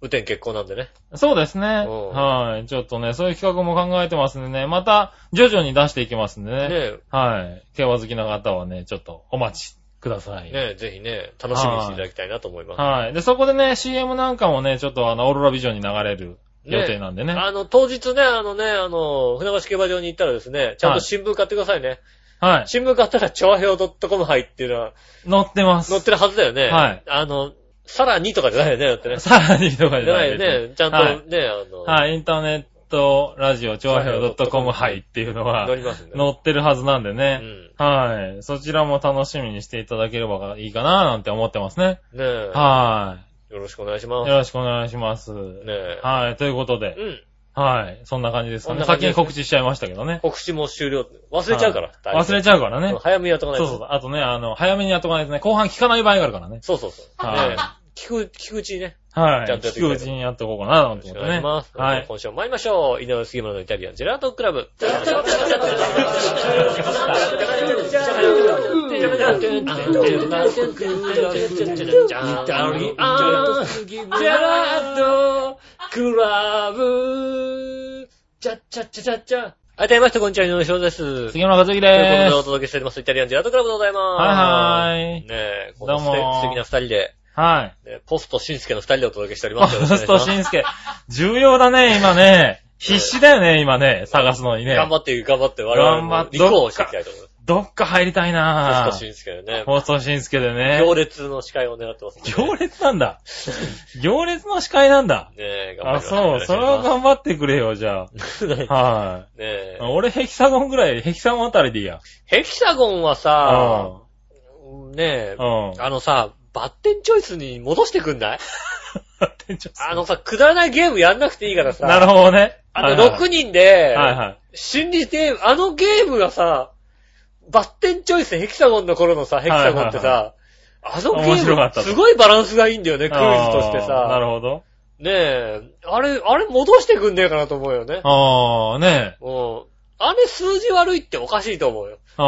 Speaker 2: 雨天結婚なんでね。
Speaker 3: そうですね。
Speaker 2: うん
Speaker 3: はい。ちょっとね、そういう企画も考えてますんでね、また徐々に出していきますんでね。
Speaker 2: ね
Speaker 3: はい。競馬好きな方はね、ちょっとお待ちください。
Speaker 2: ね、ぜひね、楽しみにしていただきたいなと思います。
Speaker 3: はい。で、そこでね、CM なんかもね、ちょっとあの、オーロラビジョンに流れる予定なんでね。
Speaker 2: あの、当日ね、あのね、あの、船橋競馬場に行ったらですね、ちゃんと新聞買ってくださいね。
Speaker 3: はい。
Speaker 2: 新聞買ったら、長平 .com 入っていうのは、
Speaker 3: 乗ってます。
Speaker 2: 載ってるはずだよね。
Speaker 3: はい。
Speaker 2: あの、さらにとかじゃないよね、だってね。じ
Speaker 3: さらにとかじ
Speaker 2: ゃ
Speaker 3: ゃ
Speaker 2: な
Speaker 3: ない
Speaker 2: い
Speaker 3: で
Speaker 2: よ
Speaker 3: すね。
Speaker 2: ね。ちゃん
Speaker 3: はい
Speaker 2: とね、あの、
Speaker 3: はい。インターネットラジオ、超平洋 .com 杯っていうのは
Speaker 2: 載、りますんで。
Speaker 3: 乗ってるはずなんで
Speaker 2: う
Speaker 3: ね。
Speaker 2: ん。
Speaker 3: はい。そちらも楽しみにしていただければいいかななんて思ってますね。
Speaker 2: ねえ。
Speaker 3: はい。
Speaker 2: よろしくお願いします。
Speaker 3: よろしくお願いします。
Speaker 2: ねえ。
Speaker 3: はい、ということで、
Speaker 2: うん。
Speaker 3: はい、そんな感じですか
Speaker 2: そん
Speaker 3: ね。
Speaker 2: な感
Speaker 3: 先
Speaker 2: じで
Speaker 3: に
Speaker 2: す
Speaker 3: 告知しちゃいましたけどね。
Speaker 2: 告知も終了。忘れちゃうから。
Speaker 3: はい忘れ
Speaker 2: ち
Speaker 3: ちゃうからね。
Speaker 2: 早めにやっとかない
Speaker 3: そ
Speaker 2: と。
Speaker 3: うそう。あとね、あの、早めにやっとかないとね、後半聞かない場合があるからね。
Speaker 2: そうそうそう。
Speaker 3: はい
Speaker 2: ね聞く、聞くうちにね。
Speaker 3: はい。
Speaker 2: ちゃんとやって
Speaker 3: 聞
Speaker 2: く
Speaker 3: く
Speaker 2: れ
Speaker 3: うちにやっておこうかな、なん
Speaker 2: よろ
Speaker 3: て
Speaker 2: し
Speaker 3: こ
Speaker 2: く
Speaker 3: と
Speaker 2: お願い
Speaker 3: ね。
Speaker 2: します。
Speaker 3: はい。
Speaker 2: 今週も参りましょう。井上杉村のイタリアンジェラートクラブ。クラブ。チャッチャッチャチャッチャ。あ、どうもみなさんこんにちは、井上翔です。
Speaker 3: 杉村和
Speaker 2: とい
Speaker 3: 之
Speaker 2: うこと
Speaker 3: で
Speaker 2: でお
Speaker 3: す。
Speaker 2: 届けしております、イタリアンジェラートクラブでございます。
Speaker 3: はいはい
Speaker 2: ねえ、こ
Speaker 3: ど
Speaker 2: の
Speaker 3: う
Speaker 2: 素
Speaker 3: も
Speaker 2: 敵素敵な二人で、
Speaker 3: はい。
Speaker 2: ねポストシンスケの二人でお届けしており
Speaker 3: ポ
Speaker 2: ます。よろしくお願い
Speaker 3: ス
Speaker 2: しま
Speaker 3: ト
Speaker 2: す
Speaker 3: しんすけ。重要だね、今ね。必死だよね、今ね。探すのにね。
Speaker 2: 頑張って、頑張って、我々も立候補していきたいと思います。
Speaker 3: どっか入りたいな
Speaker 2: ポ
Speaker 3: ぁ
Speaker 2: ストシンスケでね、
Speaker 3: ポストしんすけでね。
Speaker 2: 行列の司会を狙ってますんでね。
Speaker 3: 行列なんだ。行列の司会なんだ。
Speaker 2: ねえ、頑張
Speaker 3: あ、
Speaker 2: って。
Speaker 3: そう、それは頑張ってくれよ、じゃ
Speaker 2: ね
Speaker 3: あ。は
Speaker 2: え
Speaker 3: い。。俺、ヘキサゴンぐらい、ヘキサゴンあたりでいいや。
Speaker 2: ヘキサゴンはさ、ねえ
Speaker 3: う、ん。うん。
Speaker 2: あのさ、バッテンチョイスに戻してくんない
Speaker 3: 店長さん
Speaker 2: あのさ、くだらないゲームやんなくていいからさ、
Speaker 3: なるほどね。
Speaker 2: あ
Speaker 3: はい
Speaker 2: の、
Speaker 3: はい
Speaker 2: 6人で、
Speaker 3: はいはい。
Speaker 2: 心理ゲーム、あのゲームがさ、バッテンチョイスヘキサゴンの頃のさ、ヘキサゴンってさ、あのゲ
Speaker 3: 面白かっ
Speaker 2: ー
Speaker 3: た
Speaker 2: ム、すごいバランスがいいんだよね、クイズとして
Speaker 3: あーな
Speaker 2: さ。
Speaker 3: るほど。
Speaker 2: ねえ、あれ、あれ戻してくんねえかなと思うよね。
Speaker 3: あー、ねえ。
Speaker 2: うん。あれ数字悪いっておかしいと思うよ。
Speaker 3: あ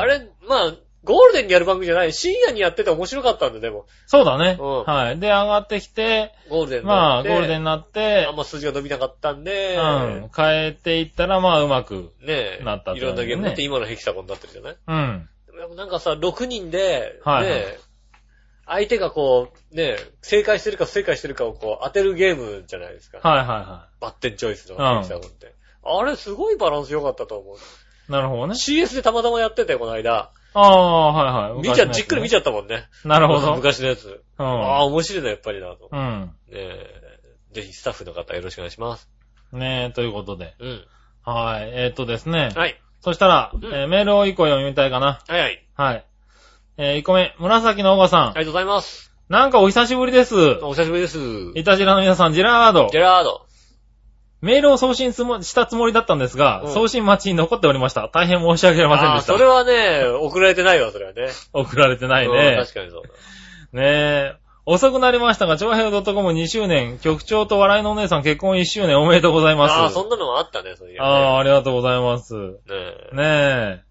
Speaker 3: ー。
Speaker 2: あれ、まあ、ゴールデンにやる番組じゃない。深夜にやってて面白かったんだよ、でも。
Speaker 3: そうだね。
Speaker 2: うん
Speaker 3: はい。で、上がってきて、
Speaker 2: ゴールデンに
Speaker 3: ま
Speaker 2: な
Speaker 3: あ、
Speaker 2: っ
Speaker 3: ゴ
Speaker 2: て
Speaker 3: ールデンになって
Speaker 2: あん、ま数字が伸びなかったん
Speaker 3: う
Speaker 2: で、
Speaker 3: ん。変えていったら、まあ、うまく。
Speaker 2: ねえ、
Speaker 3: なったって
Speaker 2: いろんなゲームになって
Speaker 3: ね
Speaker 2: 今のヘキサゴンになってるじゃない
Speaker 3: うん。
Speaker 2: でもやっぱなんかさ、6人で、
Speaker 3: はい
Speaker 2: ねえ、相手がこう、ねえ、正解してるか不正解してるかをこう当てるゲームじゃないですか。
Speaker 3: はいはいは
Speaker 2: バッテンチョイスの
Speaker 3: うん
Speaker 2: ヘキサゴンって。あれすごいバランス良かったと思う。
Speaker 3: い。なるほどね。
Speaker 2: CS でたまたまやってたよ、この間。
Speaker 3: ああ、はいはい。
Speaker 2: 見ちゃ、じっくり見ち
Speaker 3: ゃ
Speaker 2: ゃったもんね。
Speaker 3: なるほど。
Speaker 2: 昔のやつ。
Speaker 3: う
Speaker 2: ああ、
Speaker 3: ん。
Speaker 2: 面白いな、やっぱりな、と。
Speaker 3: うん。
Speaker 2: ねえ、ぜひスタッフの方よろしくお願いします。
Speaker 3: ねえ、ということで。
Speaker 2: うん。
Speaker 3: はい。えーっとですね。
Speaker 2: はい。
Speaker 3: そしたら、
Speaker 2: うん
Speaker 3: えーメールを一個読みたいかな。
Speaker 2: はいはい。
Speaker 3: はい。えー、1個目。紫のオガさん
Speaker 2: あ。りがとうございます。
Speaker 3: なんかお久しぶりです。
Speaker 2: お久しぶりです。
Speaker 3: いたじらの皆さん、ジェラード
Speaker 2: ジ。ェラード。
Speaker 3: メールを送信つもしたつもりだったんですが、
Speaker 2: うん
Speaker 3: 送信待ちに残っておりました。大変申し訳ありませんでした。
Speaker 2: あーそれはね、送られてないわ、それはね。
Speaker 3: 送られてない
Speaker 2: うん
Speaker 3: ね。
Speaker 2: 確かにそうだ。
Speaker 3: ねえ。遅くなりましたが、長編 .com2 周年、局長と笑いのお姉さん結婚1周年おめでとうございます。
Speaker 2: ああ、そんなのもあったね、そういう、ね。
Speaker 3: ああ、ありがとうございます。
Speaker 2: ねえ。
Speaker 3: ねえ。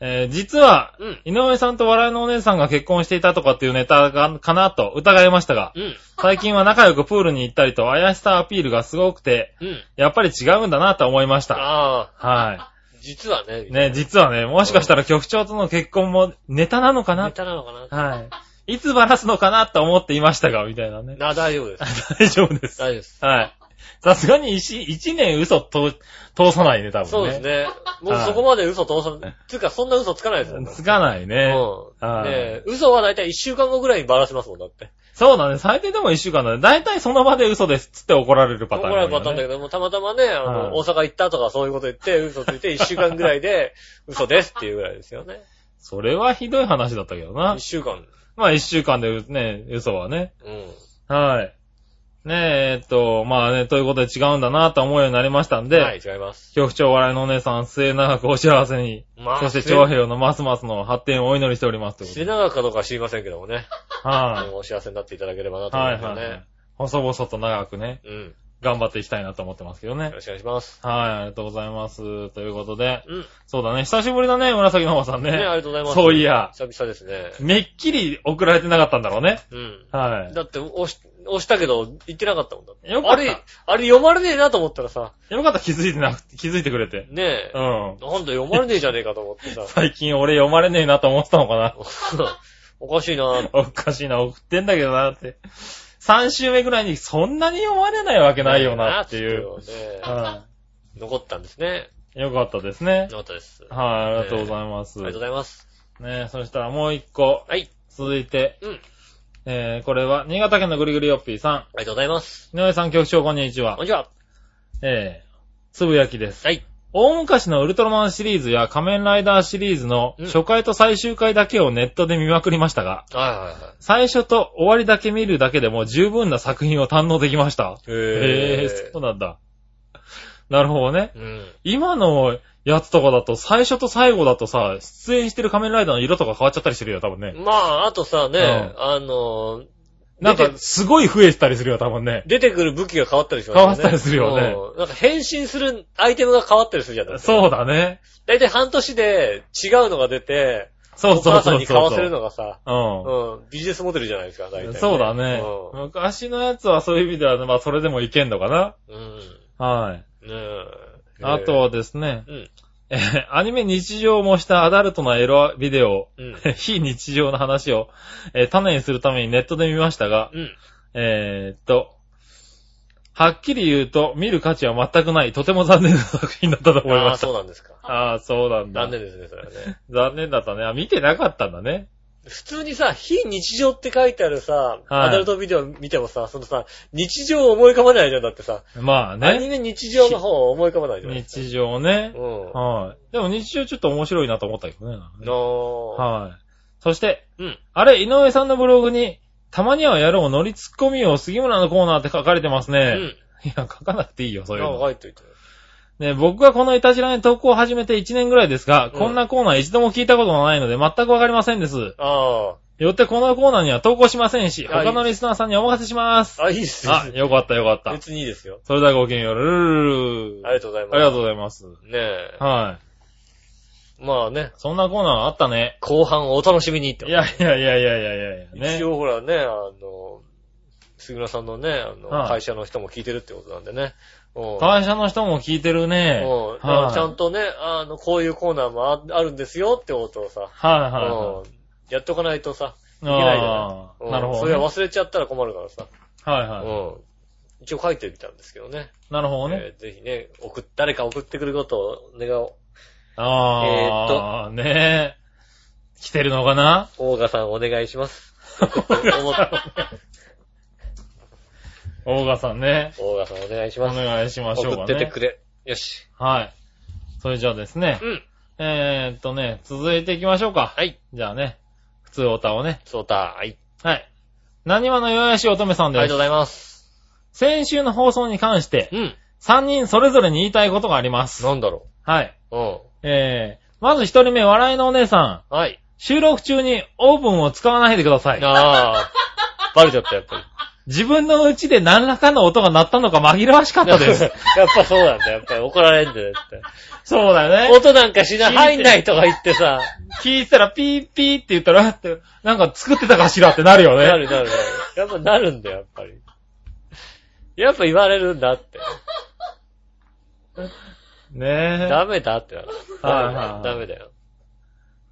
Speaker 3: えー実は、
Speaker 2: うん。
Speaker 3: 井上さんと笑いのお姉さんが結婚していたとかっていうネタがかなと疑いましたが、
Speaker 2: うん。
Speaker 3: 最近は仲良くプールに行ったりと怪しさアピールがすごくて、
Speaker 2: うん。
Speaker 3: やっぱり違うんだなと思いました。
Speaker 2: ああ、
Speaker 3: は
Speaker 2: 実はね。
Speaker 3: い。ね、実はね、もしかしたら局長との結婚もネタなのか
Speaker 2: ネ
Speaker 3: な
Speaker 2: タなのかな。
Speaker 3: はい。いつバラすのかなと思っていましたが、みたいなね。
Speaker 2: あ大丈夫です。
Speaker 3: 大丈夫です。
Speaker 2: 大丈夫です。
Speaker 3: はい。さすがに一一年嘘と通さないね、多分ね。
Speaker 2: そうです。 ね。もう
Speaker 3: はい
Speaker 2: そこまで嘘通さない。つうか、そんな嘘つかないですもん。
Speaker 3: つかないね。
Speaker 2: うん。
Speaker 3: はい
Speaker 2: ねえ、嘘はだいたい一週間後ぐらいにバラしますもんだって。
Speaker 3: そうだね。最低でも一週間だね。大体その場で嘘ですっつって怒られるパ
Speaker 2: 僕
Speaker 3: ターン
Speaker 2: ら
Speaker 3: が多いよ
Speaker 2: はバ
Speaker 3: ね、
Speaker 2: ターンだけども、たまたまね、あの、
Speaker 3: は
Speaker 2: 大阪行ったとかそういうこと言って、嘘ついて一週間ぐらい で、嘘ですっていうぐらいですよね。
Speaker 3: それはひどい話だったけどな
Speaker 2: 一。週間。
Speaker 3: まあ一週間でね、嘘はね。
Speaker 2: うん。
Speaker 3: はい。ねえ、えっと、まあね、ということで違うんだなと思うようになりましたんで、
Speaker 2: はい、違います。
Speaker 3: 局長笑いのお姉さん、末永くお幸せに、
Speaker 2: まあ
Speaker 3: そして
Speaker 2: 末
Speaker 3: 長平のますますの発展をお祈りしておりますということ
Speaker 2: 末
Speaker 3: で。
Speaker 2: 永くかどうかは知りませんけどもね。
Speaker 3: は。
Speaker 2: お幸せになっていただければないと思い
Speaker 3: は
Speaker 2: ます
Speaker 3: い
Speaker 2: よね。
Speaker 3: はい。細々と長くね、
Speaker 2: うん。よ
Speaker 3: 頑張っていきたいなと思ってますけどね
Speaker 2: ろ。しくお願いします。
Speaker 3: はい、ありがとうございます。ということで、
Speaker 2: うん。ね、
Speaker 3: そうだね、久しぶりだね、紫のおばさん
Speaker 2: あ
Speaker 3: ね。
Speaker 2: りがとうございます。
Speaker 3: そういや
Speaker 2: 久々ですね。
Speaker 3: めっきり送られてなかったんだろうね。
Speaker 2: うん。
Speaker 3: はい。
Speaker 2: だって、押し、押したけど、言ってなかったもんだって。
Speaker 3: よかった
Speaker 2: あれ、あれ読まれねえなと思ったらさ、
Speaker 3: よかった、気づいてなくて、気づいてくれて。
Speaker 2: ねえ、
Speaker 3: うん。、
Speaker 2: なんだ読まれねえじゃねえかと思ってさ
Speaker 3: 最近俺読まれねえなと思ってたのかな。
Speaker 2: おかしいな
Speaker 3: おかしいな、送ってんだけどなって。3週目ぐらいにそんなに読まれないわけないよなってい
Speaker 2: な
Speaker 3: う。
Speaker 2: っていうね
Speaker 3: は
Speaker 2: 残ったんですね。
Speaker 3: い。よかったですね。
Speaker 2: 残ったです。あ
Speaker 3: はい、ありがとうございます
Speaker 2: り。がとうございます。
Speaker 3: ねそしたらもう一個、
Speaker 2: はい。
Speaker 3: 続いて、
Speaker 2: うん。
Speaker 3: えー、これは、新潟県のぐりぐりよっぴーさ
Speaker 2: ありがとうございます。
Speaker 3: ん。井上さん、局長、こんにちは
Speaker 2: こん。にちは。
Speaker 3: えー、つぶやきです。
Speaker 2: はい。
Speaker 3: 大昔のウルトラマンシリーズや仮面ライダーシリーズの
Speaker 2: うん
Speaker 3: 初回と最終回だけをネットで見まくりましたが、
Speaker 2: はいはいはい。
Speaker 3: 最初と終わりだけ見るだけでも十分な作品を堪能できました。へ
Speaker 2: へ
Speaker 3: ー、そうなんだ。なるほどね。
Speaker 2: うん。
Speaker 3: 今のやつとかだと、最初と最後だとさ、出演してる仮面ライダーの色とか変わっちゃったりしてるよ、多分ね。
Speaker 2: まあ、あとさ、ね、
Speaker 3: うん
Speaker 2: あのー、
Speaker 3: なん
Speaker 2: 出
Speaker 3: か、
Speaker 2: て
Speaker 3: すごい増えてたりするよ、多分ね。
Speaker 2: 出てくる武器が変わったりしますよね。
Speaker 3: 変わったりするよね
Speaker 2: うん。なんか変身するアイテムが変わったりするじゃない
Speaker 3: そう
Speaker 2: だ。
Speaker 3: だね。
Speaker 2: だいたい半年で違うのが出て、
Speaker 3: そうそう
Speaker 2: お
Speaker 3: そう
Speaker 2: 母さ
Speaker 3: そ
Speaker 2: ん
Speaker 3: う
Speaker 2: に買わせるのがさ、
Speaker 3: うん。
Speaker 2: うん、ビジネスモデルじゃないですか、大体、
Speaker 3: そうだね。
Speaker 2: う
Speaker 3: 昔のやつはそういう意味では、まあそれでもいけんのかな。
Speaker 2: ん。うん。
Speaker 3: はい。
Speaker 2: ねえ。
Speaker 3: あとはですね、
Speaker 2: うん。
Speaker 3: えーアニメ日常もしたアダルトなエロビデオ、
Speaker 2: うん。
Speaker 3: 非日常の話を、えー種にするためにネットで見ましたが、
Speaker 2: うん。
Speaker 3: えーっと、はっきり言うと、見る価値は全くない、とても残念な作品だった と思い
Speaker 2: ああー、
Speaker 3: まし
Speaker 2: そ
Speaker 3: た。
Speaker 2: うなんですか。
Speaker 3: ああ、そうなんだ。
Speaker 2: 残念ですね、それはね。
Speaker 3: 残念だったね。あ、見てなかったんだね。
Speaker 2: 普通にさ、非日常って書いてあるさ、
Speaker 3: はい
Speaker 2: アダルトビデオ見てもさ、そのさ、日常を思い浮かばないじゃん、だってさ。
Speaker 3: まあ
Speaker 2: アニメ
Speaker 3: ね。
Speaker 2: 日常の方を思い浮かばないじゃん。
Speaker 3: 日常ね。
Speaker 2: うん。
Speaker 3: はい。でも日常ちょっと面白いなと思ったけどね。
Speaker 2: のー。
Speaker 3: はい。そして、
Speaker 2: うん。
Speaker 3: あれ、井上さんのブログに、たまにはやろう、乗りツッコミを杉村のコーナーって書かれてます
Speaker 2: う
Speaker 3: ね。
Speaker 2: ん。
Speaker 3: いや、書かなくていいよ、そういう
Speaker 2: なんか
Speaker 3: の。
Speaker 2: 書いといて。
Speaker 3: ね、僕がこのイタジラに投稿を始めて1年ぐらいですが、
Speaker 2: うん
Speaker 3: こんなコーナー一度も聞いたことがないので、全くわかりませんです。
Speaker 2: あ
Speaker 3: よってこのコーナーには投稿しませんし、
Speaker 2: あ
Speaker 3: 他のリスナーさんにお任せします。
Speaker 2: あ。あ、いいっすよ。
Speaker 3: あ、よかったよかった。
Speaker 2: 別にいいですよ。
Speaker 3: それではごきげんよう。ルルルルル
Speaker 2: ありがとうございます。
Speaker 3: ありがとうございます。
Speaker 2: ねえ。
Speaker 3: は
Speaker 2: まあね、
Speaker 3: そんなコーナーあったね。
Speaker 2: 後半お楽しみにって。
Speaker 3: いやいやいやいやいやいやいやね。
Speaker 2: 一応ほらね、あの、杉村さんのね、あの、
Speaker 3: はい
Speaker 2: 会社の人も聞いてるってことなんでね。うん
Speaker 3: 会社の人も聞いてるね。
Speaker 2: うんだから
Speaker 3: はい。
Speaker 2: ちゃんとね、あの、こういうコーナーもああるんですよってことをさ、
Speaker 3: はいはいは
Speaker 2: うんやっとかないとさ、いけ
Speaker 3: い。
Speaker 2: ない
Speaker 3: あ
Speaker 2: じゃな
Speaker 3: あ
Speaker 2: い。
Speaker 3: なるほど
Speaker 2: そ
Speaker 3: ね。
Speaker 2: れ
Speaker 3: は
Speaker 2: は忘れちゃったら困るからさ。
Speaker 3: いは
Speaker 2: うん一応書いてみたんですけどね。
Speaker 3: い。なるほどね。
Speaker 2: えーぜひね、送っ、誰か送ってくることを願おう。
Speaker 3: ああ、ねえ。来てるのかな
Speaker 2: 大賀さんお願いし ます。思った
Speaker 3: 大賀さんね。
Speaker 2: 大賀さんお願いし
Speaker 3: お
Speaker 2: ます。
Speaker 3: 願いしましょう
Speaker 2: 送
Speaker 3: か
Speaker 2: っ
Speaker 3: ね。
Speaker 2: ててくれ。よし。
Speaker 3: はい。それじゃあですね。
Speaker 2: うん。
Speaker 3: えーっとね、続いていきましょうか。
Speaker 2: はい。
Speaker 3: じゃあね、普通オタをね。
Speaker 2: そうた。はい。
Speaker 3: はい。何話のよやし乙女さん
Speaker 2: ありが
Speaker 3: です
Speaker 2: とうご。ざいます。
Speaker 3: 先週の放送に関して、
Speaker 2: うん。
Speaker 3: 3人それぞれに言いたいことがあります。
Speaker 2: なんだろ
Speaker 3: はい。
Speaker 2: う。うん。
Speaker 3: えー、まず一人目、笑いのお姉さん。
Speaker 2: はい。
Speaker 3: 収録中にオーブンを使わないでください。
Speaker 2: ああ。 バレちゃった、やっぱり。
Speaker 3: 自分の家で何らかの音が鳴ったのか紛らわしかったです
Speaker 2: やっ。ぱそうなんだ。やっぱり怒られんだよって。
Speaker 3: そうだ よね。
Speaker 2: 音なんかしない、入んないとか言ってさ。
Speaker 3: 聞いたらピーピーって言ったら、あって、なんか作ってたかしらってなるよ
Speaker 2: な
Speaker 3: ね。
Speaker 2: るなるなる。やっぱなるんだよ、やっぱり。やっぱ言われるんだって。
Speaker 3: ね
Speaker 2: ダメだってなる。
Speaker 3: はいはい
Speaker 2: ダメだよ。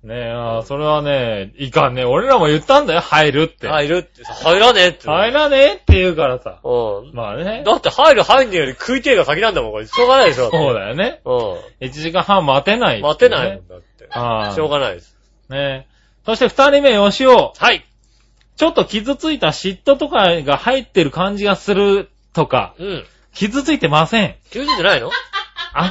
Speaker 3: え。ねえ、あーそれはね、いかんね。俺らも言ったんだよ、入るって。
Speaker 2: 入るって、入らねえって。
Speaker 3: 入らねえって言うからさ。
Speaker 2: うん。
Speaker 3: まあね。
Speaker 2: だって入る入んねえより食いてえが先なんだもん、これ。しょうがないでしょ。
Speaker 3: そうだよね。
Speaker 2: う
Speaker 3: 1時間半待てない、
Speaker 2: ん。待てないも。んだって。
Speaker 3: はい
Speaker 2: しょうがないです。
Speaker 3: ねえ。そして二人目、吉尾。
Speaker 2: はい。
Speaker 3: ちょっと傷ついた嫉妬とかが入ってる感じがするとか、
Speaker 2: うん。
Speaker 3: 傷ついてません。
Speaker 2: 90じゃないの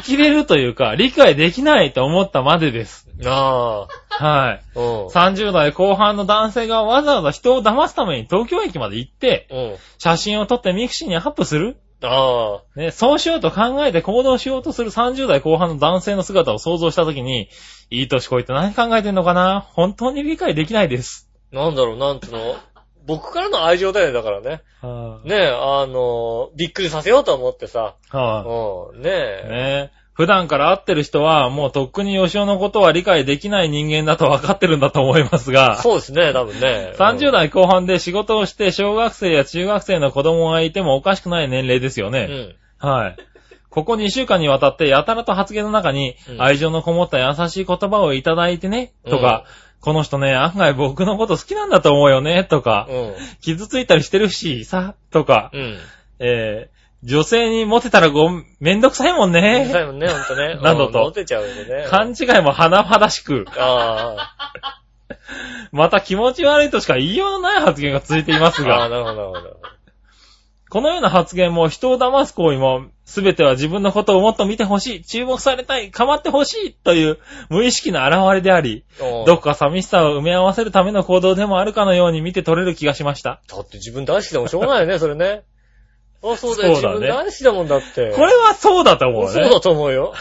Speaker 3: 呆れるというか、理解できないと思ったまでです。
Speaker 2: ああ。
Speaker 3: はい。
Speaker 2: うん。
Speaker 3: 30代後半の男性がわざわざ人を騙すために東京駅まで行って、
Speaker 2: うん。
Speaker 3: 写真を撮ってミクシーにアップする
Speaker 2: ああ。
Speaker 3: ね、そうしようと考えて行動しようとする30代後半の男性の姿を想像したときに、いい年こいて何考えてんのかな本当に理解できないです。
Speaker 2: なんだろう、なんつうの。僕からの愛情だよね、だからね。
Speaker 3: はい、
Speaker 2: ねえ、あの、びっくりさせようと思ってさ。
Speaker 3: はい、
Speaker 2: うん。ねえ。
Speaker 3: ね普段から会ってる人は、もうとっくに吉尾のことは理解できない人間だと分かってるんだと思いますが、
Speaker 2: そうですね、多分ね。
Speaker 3: 30代後半で仕事をして小学生や中学生の子供がいてもおかしくない年齢ですよ
Speaker 2: う
Speaker 3: ね。
Speaker 2: ん。
Speaker 3: はい。ここ2週間にわたってやたらと発言の中に
Speaker 2: う、ん
Speaker 3: 愛情のこもった優しい言葉をいただいてね、とか、この人ね、案外僕のこと好きなんだと思うよね、とか
Speaker 2: う、ん。
Speaker 3: 傷ついたりしてるし、さ、とか、
Speaker 2: うん。
Speaker 3: えー、女性にモテたらごめん、めんどくさいもんね。
Speaker 2: 最後ね、ほんとね。
Speaker 3: などと
Speaker 2: うんモテちゃうよね。
Speaker 3: 勘違いも甚だしく、
Speaker 2: あ
Speaker 3: また気持ち悪いとしか言いようのない発言が続いています
Speaker 2: あ。ああ、
Speaker 3: が、
Speaker 2: なるほど、なるほど。
Speaker 3: このような発言も人を騙す行為も、すべては自分のことをもっと見てほしい、注目されたい、構ってほしいという無意識の表れであり、
Speaker 2: うん
Speaker 3: どこか寂しさを埋め合わせるための行動でもあるかのように見て取れる気がしました。
Speaker 2: だって自分大好きでもしょうがないよね、それね。あそうだよ、
Speaker 3: そうだね
Speaker 2: 自分大好きだもんだって。
Speaker 3: これはそうだと思うね。
Speaker 2: そうだと思うよ。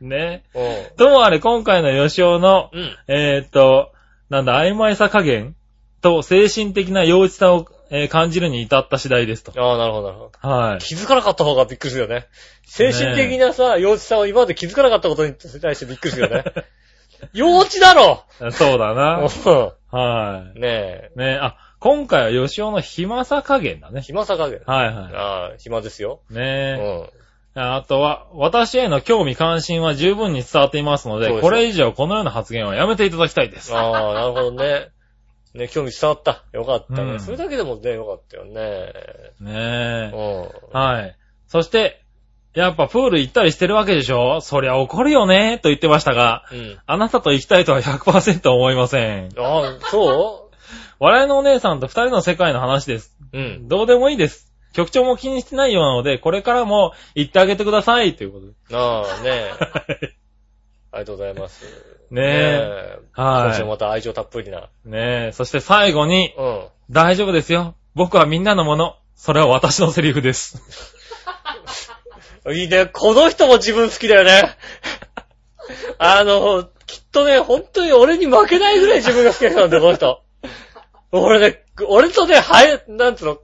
Speaker 3: ね。
Speaker 2: うん。うん。
Speaker 3: ともあれ、今回の吉尾の、
Speaker 2: うん。
Speaker 3: えーっと、なんだ、曖昧さ加減と精神的な幼稚さを、えー感じるに至った次第ですと。
Speaker 2: ああ、なるほど、なるほど。
Speaker 3: はい。
Speaker 2: 気づかなかった方がびっくりするよね。精神的なさ、幼稚さを今まで気づかなかったことに対してびっくりするよ ね。幼稚だろ
Speaker 3: そうだ な。
Speaker 2: う
Speaker 3: は
Speaker 2: ん。ね
Speaker 3: い。ねあ、今回は吉尾の暇さ加減だ
Speaker 2: え。
Speaker 3: ね。
Speaker 2: 暇さ加減。
Speaker 3: はいは
Speaker 2: ああ、暇ですよ。
Speaker 3: い。
Speaker 2: うん。
Speaker 3: ねああとは、私への興味関心は十分に伝わっていますの
Speaker 2: そうで
Speaker 3: で、
Speaker 2: しょ
Speaker 3: これ以上このような発言はやめていただきたいです。
Speaker 2: ああ、なるほどね。ね、興味伝わった。よかった
Speaker 3: う
Speaker 2: ね。
Speaker 3: ん
Speaker 2: それだけでもね、よかったよね。う
Speaker 3: ねえ。
Speaker 2: ん。
Speaker 3: はい。そして、やっぱプール行ったりしてるわけでしょそりゃ怒るよね、と言ってましたが、
Speaker 2: うん。
Speaker 3: あなたと行きたいとは100%思いません。
Speaker 2: ああ、そ
Speaker 3: 笑いのお姉さんと二人の世界の話です。
Speaker 2: ううん。
Speaker 3: どうでもいいです。局長も気にしてないようなので、これからも言ってあげてください、ということで。
Speaker 2: ああ、ねえ。ありがとうございます。
Speaker 3: ね
Speaker 2: え
Speaker 3: え
Speaker 2: 今週も
Speaker 3: は
Speaker 2: また愛情たっぷりな。
Speaker 3: い。ねえ、そして最後に、
Speaker 2: うん。
Speaker 3: 大丈夫ですよ。僕はみんなのもの。それは私のセリフです。
Speaker 2: いいね。この人も自分好きだよ ね。あの、きっとね、本当に俺に負けないぐらい自分が好きな人なんだよ、この人。俺ね、俺とね、はえ、なんつうの、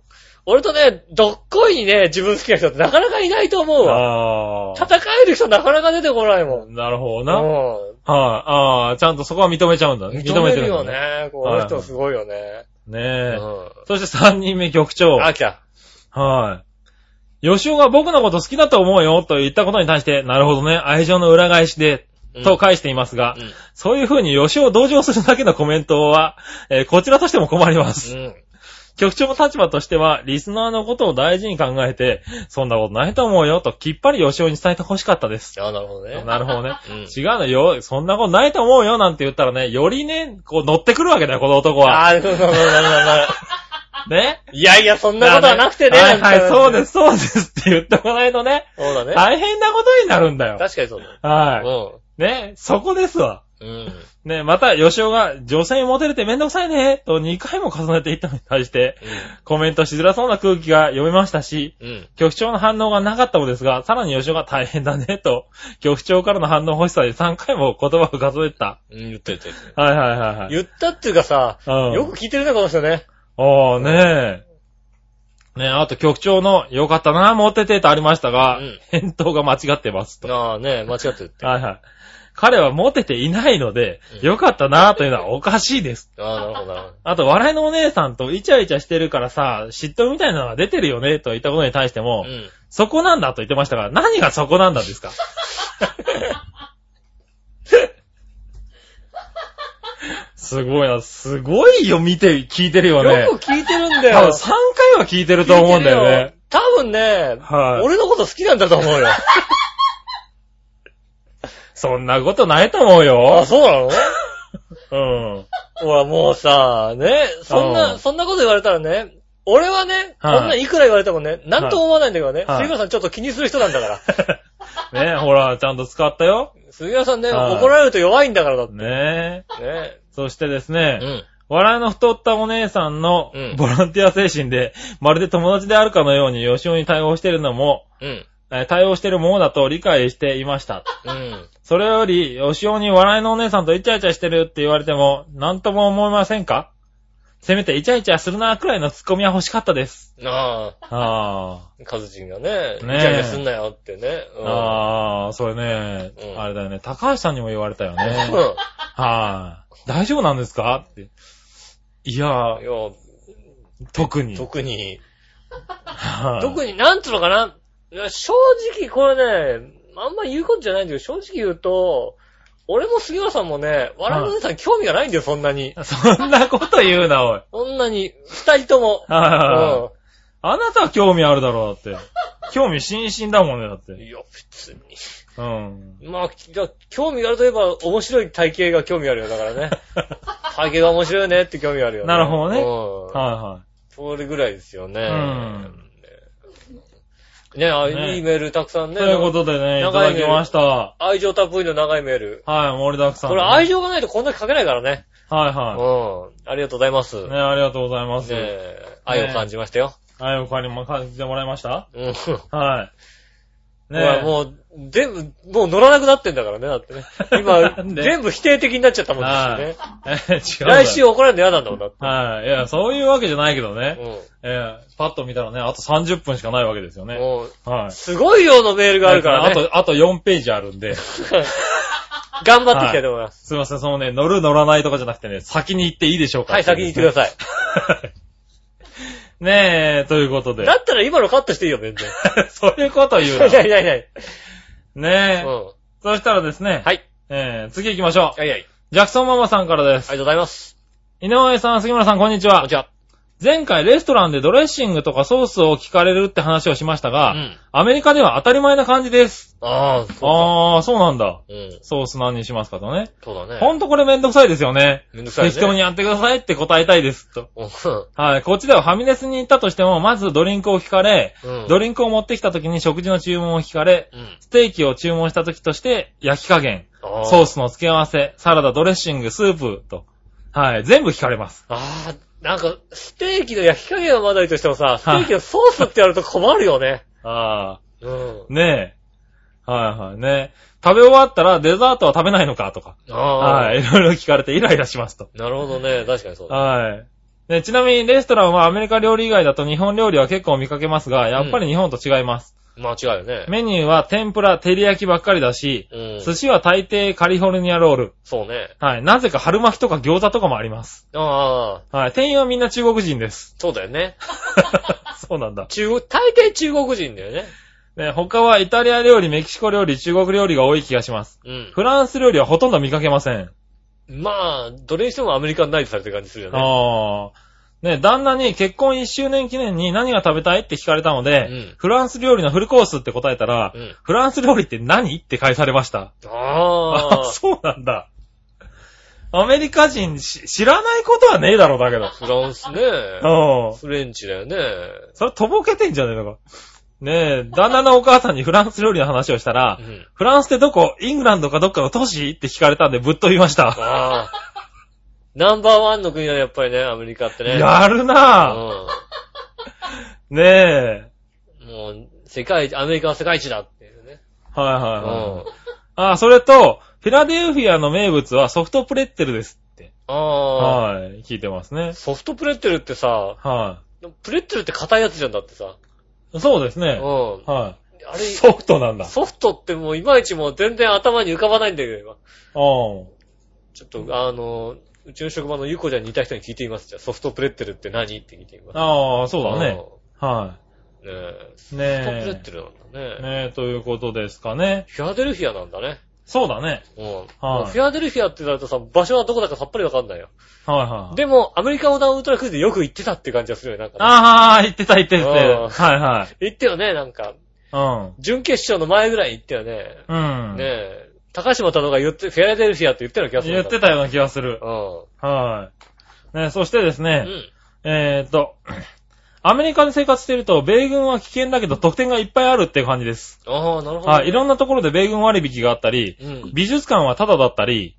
Speaker 2: 俺とね、どっこいにね、自分好きな人ってなかなかいないと思うわ。
Speaker 3: ああ。
Speaker 2: 戦える人なかなか出てこないもん。
Speaker 3: なるほどな。はい、
Speaker 2: うん。
Speaker 3: ああ、ちゃんとそこは認めちゃうんだ。認めて
Speaker 2: 認める
Speaker 3: んだ
Speaker 2: よ。ね。この人すごいよね。
Speaker 3: ね
Speaker 2: うん。
Speaker 3: え。そして3人目局長。
Speaker 2: あ、来た。
Speaker 3: はい。吉尾が僕のこと好きだと思うよと言ったことに対して、なるほどね、愛情の裏返しで、
Speaker 2: うん
Speaker 3: と返していますが、
Speaker 2: うん
Speaker 3: そういう風に吉尾を同情するだけのコメントは、えーこちらとしても困ります。
Speaker 2: うん。
Speaker 3: 局長の立場としては、リスナーのことを大事に考えて、そんなことないと思うよときっぱり吉尾に伝えてほしかったです。
Speaker 2: あ、なるほどね。
Speaker 3: なるほどね。
Speaker 2: うん
Speaker 3: 違うのよ、そんなことないと思うよなんて言ったらね、よりね、こう乗ってくるわけだよ、この男は。
Speaker 2: あー、そうそうそうそうそう。
Speaker 3: ね。
Speaker 2: いやいや、そんなことはなくてね。。
Speaker 3: はいはい、そうですす、そうですって言っておかないとね。
Speaker 2: そうだね。
Speaker 3: 大変なことになるんだよ。
Speaker 2: 確かにそうだ。
Speaker 3: は
Speaker 2: う
Speaker 3: い。ね、そこですわ。
Speaker 2: ん。うん。
Speaker 3: ね、また、吉尾が、女性にモテるってめんどくさいね、と2回も重ねていったのに対して、コメントしづらそうな空気が読めましたし、
Speaker 2: うん。
Speaker 3: 局長の反応がなかったのですが、さらに吉尾が大変だね、と、局長からの反応欲しさで3回も言葉を数えた。
Speaker 2: うん。言った言った。
Speaker 3: はいはいはいはい。
Speaker 2: 言ったっていうかさ、
Speaker 3: うん
Speaker 2: よく聞いてるね、この人ね。
Speaker 3: ああ、ねえ。ねえ、あと局長の、よかったな、モテてとありましたが、
Speaker 2: うん
Speaker 3: 返答が間違ってますと。
Speaker 2: ああね、間違って言って。あ
Speaker 3: はいはい。彼はモテていないので、
Speaker 2: うん
Speaker 3: よかったなぁというのはおかしいです。
Speaker 2: あ、なるほど、なる
Speaker 3: あと、笑いのお姉さんとイチャイチャしてるからさ、嫉妬みたいなのが出てるよね、と言ったことに対して
Speaker 2: ほ
Speaker 3: も
Speaker 2: ど。う、 ん。
Speaker 3: そこなんだと言ってましたが、何がそこなんだですかすごいな、すごいよ、見て、聞いてるよね。
Speaker 2: よく聞いてるんだ
Speaker 3: 多分
Speaker 2: よ。
Speaker 3: 3回は聞いてると思うんだよね。
Speaker 2: 多分ね、
Speaker 3: はい
Speaker 2: 俺のこと好きなんだと 思うよ。
Speaker 3: そんなことないと思う
Speaker 2: あ、
Speaker 3: よ。
Speaker 2: そうなの
Speaker 3: うん。
Speaker 2: ほら、もうさ、ね、そん
Speaker 3: う
Speaker 2: な、
Speaker 3: ん
Speaker 2: そんなこと言われたらね、俺はね、こん
Speaker 3: はい
Speaker 2: ないくら言われてもね、なんとも思わないんだけどね、
Speaker 3: はい
Speaker 2: 杉村さんちょっと気にする人なんだから。
Speaker 3: ねほら、ちゃんと使ったよ。
Speaker 2: 杉村さんね、
Speaker 3: はい
Speaker 2: 怒られると弱いんだからだって。
Speaker 3: ねえ。
Speaker 2: ね。
Speaker 3: そしてですね、
Speaker 2: うん。
Speaker 3: 笑いの太ったお姉さんの
Speaker 2: うん
Speaker 3: ボランティア精神で、まるで友達であるかのように吉尾に対応してるのも、
Speaker 2: うん。
Speaker 3: えー対応してるものだと理解していました。
Speaker 2: うん。
Speaker 3: それより、吉尾に笑いのお姉さんとイチャイチャしてるって言われても、なんとも思いませんかせめてイチャイチャするなくらいのツッコミは欲しかったです。
Speaker 2: ああ、
Speaker 3: あ
Speaker 2: カズチンがね、イチ
Speaker 3: ねえ
Speaker 2: ャイチャすんなよってね。
Speaker 3: あ。
Speaker 2: うん
Speaker 3: ああ、それね、
Speaker 2: うん
Speaker 3: あれだよね。高橋さんにも言われたよね。
Speaker 2: う
Speaker 3: はい、
Speaker 2: ん。
Speaker 3: 大丈夫なんですかって。いや
Speaker 2: い、や、
Speaker 3: 特に。
Speaker 2: 特に、
Speaker 3: はい
Speaker 2: 特になんつうのかな。いや正直これね、あんま言うことじゃないんだけど、正直言うと、俺も杉浦さんもね、笑いのお姉さん興味がないんだよ、そんなに。
Speaker 3: そんなこと言うな、おい。
Speaker 2: そんなに、二人とも。
Speaker 3: あ
Speaker 2: う
Speaker 3: なたは興味あるだろう、だって。興味津々だもんね、だっ
Speaker 2: ん。
Speaker 3: て。
Speaker 2: いや、別に。
Speaker 3: うん。
Speaker 2: まあ、き興味があるといえば、面白い体型が興味あるよ、だから ね。体型が面白いねって興味あるよ、
Speaker 3: なるほどね
Speaker 2: うん。
Speaker 3: は
Speaker 2: それぐらいですよね。
Speaker 3: ん
Speaker 2: ねあ
Speaker 3: ね
Speaker 2: いいメールたくさん
Speaker 3: いはい。
Speaker 2: ね。
Speaker 3: ということでね、いただきました。は
Speaker 2: 愛情たっぷりの長いメール。
Speaker 3: い、盛りだくさん
Speaker 2: こ
Speaker 3: で
Speaker 2: れ
Speaker 3: ね。
Speaker 2: 愛情がないとこんだけ書けないからね。
Speaker 3: はいうは
Speaker 2: ん。ありがとうございます。
Speaker 3: い。
Speaker 2: ね
Speaker 3: ね、ありがとうございます。
Speaker 2: え愛を感じましたよ。
Speaker 3: はい、おかりも感じてもらいました
Speaker 2: うん。
Speaker 3: はい。ね
Speaker 2: ほらもう、全部、もう乗らなくなってんだからね、だ ってね。今
Speaker 3: な、んで
Speaker 2: 全部否定的になっちゃったもん
Speaker 3: はい
Speaker 2: ですよね。
Speaker 3: えー違う。
Speaker 2: 来週。怒られるの嫌なんだもんだって。
Speaker 3: はい。いや、そういうわけじゃないけどね。
Speaker 2: う
Speaker 3: えーパッと見たらね、あと30分しかないわけですよ
Speaker 2: ん。
Speaker 3: ね。
Speaker 2: もう、
Speaker 3: はい。
Speaker 2: すごい量のメールがあるから
Speaker 3: あ
Speaker 2: ね。
Speaker 3: と、あと4ページあるんで。
Speaker 2: 頑張っていきたいと思います。
Speaker 3: すいません、そのね、乗る乗らないとかじゃなくてね、先に行っていいでしょうか
Speaker 2: はい、先に行ってください。
Speaker 3: い。 ねえ、ということで。
Speaker 2: だったら今のカットしていいよ、全 然。
Speaker 3: そういうこと言う
Speaker 2: いやいやいやいや。
Speaker 3: な。ねえ。
Speaker 2: うん。
Speaker 3: そしたらですね、
Speaker 2: はい。
Speaker 3: えー次行きましょう。
Speaker 2: はいはい。あり
Speaker 3: ジャクソンママさんからです。
Speaker 2: がとうございます。
Speaker 3: 井上さん、杉村さん、こんにち
Speaker 2: こん
Speaker 3: は
Speaker 2: に。ちは。
Speaker 3: 前回レストランでドレッシングとかソースを聞かれるって話をしました
Speaker 2: う
Speaker 3: が、
Speaker 2: ん。
Speaker 3: アメリカでは当たり前な感じです。
Speaker 2: ああ、そうか。
Speaker 3: あー、そうなんだ。
Speaker 2: うん。
Speaker 3: ソース何にしますかとね。
Speaker 2: そうだね。
Speaker 3: ほんとこれめんどくさいですよね。
Speaker 2: めんどくさいね
Speaker 3: 適当にやってくださいって答えたいです。と。
Speaker 2: う
Speaker 3: はい。こっちではファミレスに行ったとしても、まずドリンクを聞かれ、
Speaker 2: ん。うん。
Speaker 3: ドリンクを持ってきた時に食事の注文を聞かれ、
Speaker 2: うん。
Speaker 3: ステーキを注文した時として、焼き加減、
Speaker 2: ああ。
Speaker 3: ソースの付け合わせ、サラダ、ドレッシング、スープと。はい。全部聞かれます。
Speaker 2: ああ、なんか、ステーキの焼き加減はまだいいとしてもさ、ステーキのソースってやると困るよね。
Speaker 3: あ
Speaker 2: うん
Speaker 3: あ。。ねえ。はいはいね。食べ終わったらデザートは食べないのかとか。
Speaker 2: ああ。
Speaker 3: はい。いろいろ聞かれてイライラしますと。
Speaker 2: なるほどね。確かにそうだ。
Speaker 3: はい。ね、ちなみにレストランはアメリカ料理以外だと日本料理は結構見かけますが、やっぱり日本と違います。
Speaker 2: 間違いよね。
Speaker 3: メニューは天ぷら、照り焼きばっかりだし、
Speaker 2: うん。
Speaker 3: 寿司は大抵カリフォルニアロール。
Speaker 2: そうね。
Speaker 3: はい。なぜか春巻きとか餃子とかもあります。
Speaker 2: ああ、
Speaker 3: はい。店員はみんな中国 人です。
Speaker 2: そうだよね。
Speaker 3: そうなんだ。
Speaker 2: 中国、大抵中国人だよね。
Speaker 3: ね、他はイタリア料理、メキシコ料理、中国料理が多い気がします。
Speaker 2: うん。
Speaker 3: フランス料理はほとんど見かけません。
Speaker 2: まあ、どれにしてもアメリカンナイズされてる感じするよね。
Speaker 3: ああ。ね、旦那に結婚1周年記念に何が食べたいって聞かれたので、
Speaker 2: うん
Speaker 3: フランス料理のフルコースって答えたら、
Speaker 2: うん
Speaker 3: フランス料理って何って返されました。
Speaker 2: あ
Speaker 3: あ
Speaker 2: あ、
Speaker 3: そうなんだ。アメリカ人し知らないことはねえだろうだけど。
Speaker 2: フランスね。
Speaker 3: うん。
Speaker 2: フレンチだよね。
Speaker 3: それとぼけてんじゃねえのか。ねえ、旦那のお母さんにフランス料理の話をしたら
Speaker 2: う、ん。
Speaker 3: フランスってどこイングランドかどっかの都市って聞かれたんでぶっと言いました。
Speaker 2: ああ。ナンバーワンの国だね、やっぱりね、アメリカってね。
Speaker 3: やるなぁ。
Speaker 2: う
Speaker 3: ねえ。
Speaker 2: ん。もう、世界一、アメリカは世界一だっていうね。
Speaker 3: はい
Speaker 2: う
Speaker 3: はいはい
Speaker 2: ん。。
Speaker 3: あ、それと、フィラデルフィアの名物はソフトプレッツェルですって。
Speaker 2: ああ。
Speaker 3: はい。聞いてますね。
Speaker 2: ソフトプレッツェルってさ、
Speaker 3: は
Speaker 2: プレッツェルって硬いやつじゃんだってさ。
Speaker 3: い。そうです
Speaker 2: う
Speaker 3: ね。
Speaker 2: ん。
Speaker 3: は
Speaker 2: あ
Speaker 3: い。
Speaker 2: れ、
Speaker 3: ソフトなんだ。
Speaker 2: ソフトってもういまいちもう全然頭に浮かばないんだけど、今
Speaker 3: うん。
Speaker 2: ちょっと、あの、うちの職場のゆこちゃんに似た人に聞いてみます。じゃあソフトプレッツェルって何って聞いてみます。
Speaker 3: ああ、そうだね。は
Speaker 2: うん。ねえ。
Speaker 3: い。
Speaker 2: ソフトプレッ
Speaker 3: ね
Speaker 2: ツェルなん
Speaker 3: え。
Speaker 2: だね。
Speaker 3: ねえ、ということですかね。
Speaker 2: フィアデルフィアなんだね。
Speaker 3: そうだね。
Speaker 2: うん。
Speaker 3: はい
Speaker 2: フィアデルフィアってなるとさ、場所はどこだかさっぱりわかんないよ。
Speaker 3: はいはい。
Speaker 2: でも、アメリカオーダーウルトラクイズでよく行ってたって感じがするよね、なんかね、
Speaker 3: ああ、言ってた言ってた。
Speaker 2: うん
Speaker 3: はいはい。
Speaker 2: 行ってよね、なんか。
Speaker 3: うん。
Speaker 2: 準決勝の前ぐらい行ったよね。
Speaker 3: うん。
Speaker 2: ねえ。高島太郎が言って、フィアデルフィアって言ってる気がする。
Speaker 3: 言ってたような気がする。
Speaker 2: うん。
Speaker 3: はい。ね、そしてです
Speaker 2: う
Speaker 3: ね、
Speaker 2: ん。
Speaker 3: えーっと、 アメリカで生活していると、米軍は危険だけど得点がいっぱいあるっていう感じです。
Speaker 2: ああ、なるほど。
Speaker 3: はい。いろん
Speaker 2: な。
Speaker 3: なところで米軍割引があったり、
Speaker 2: うん。
Speaker 3: 美術館はタダだったり、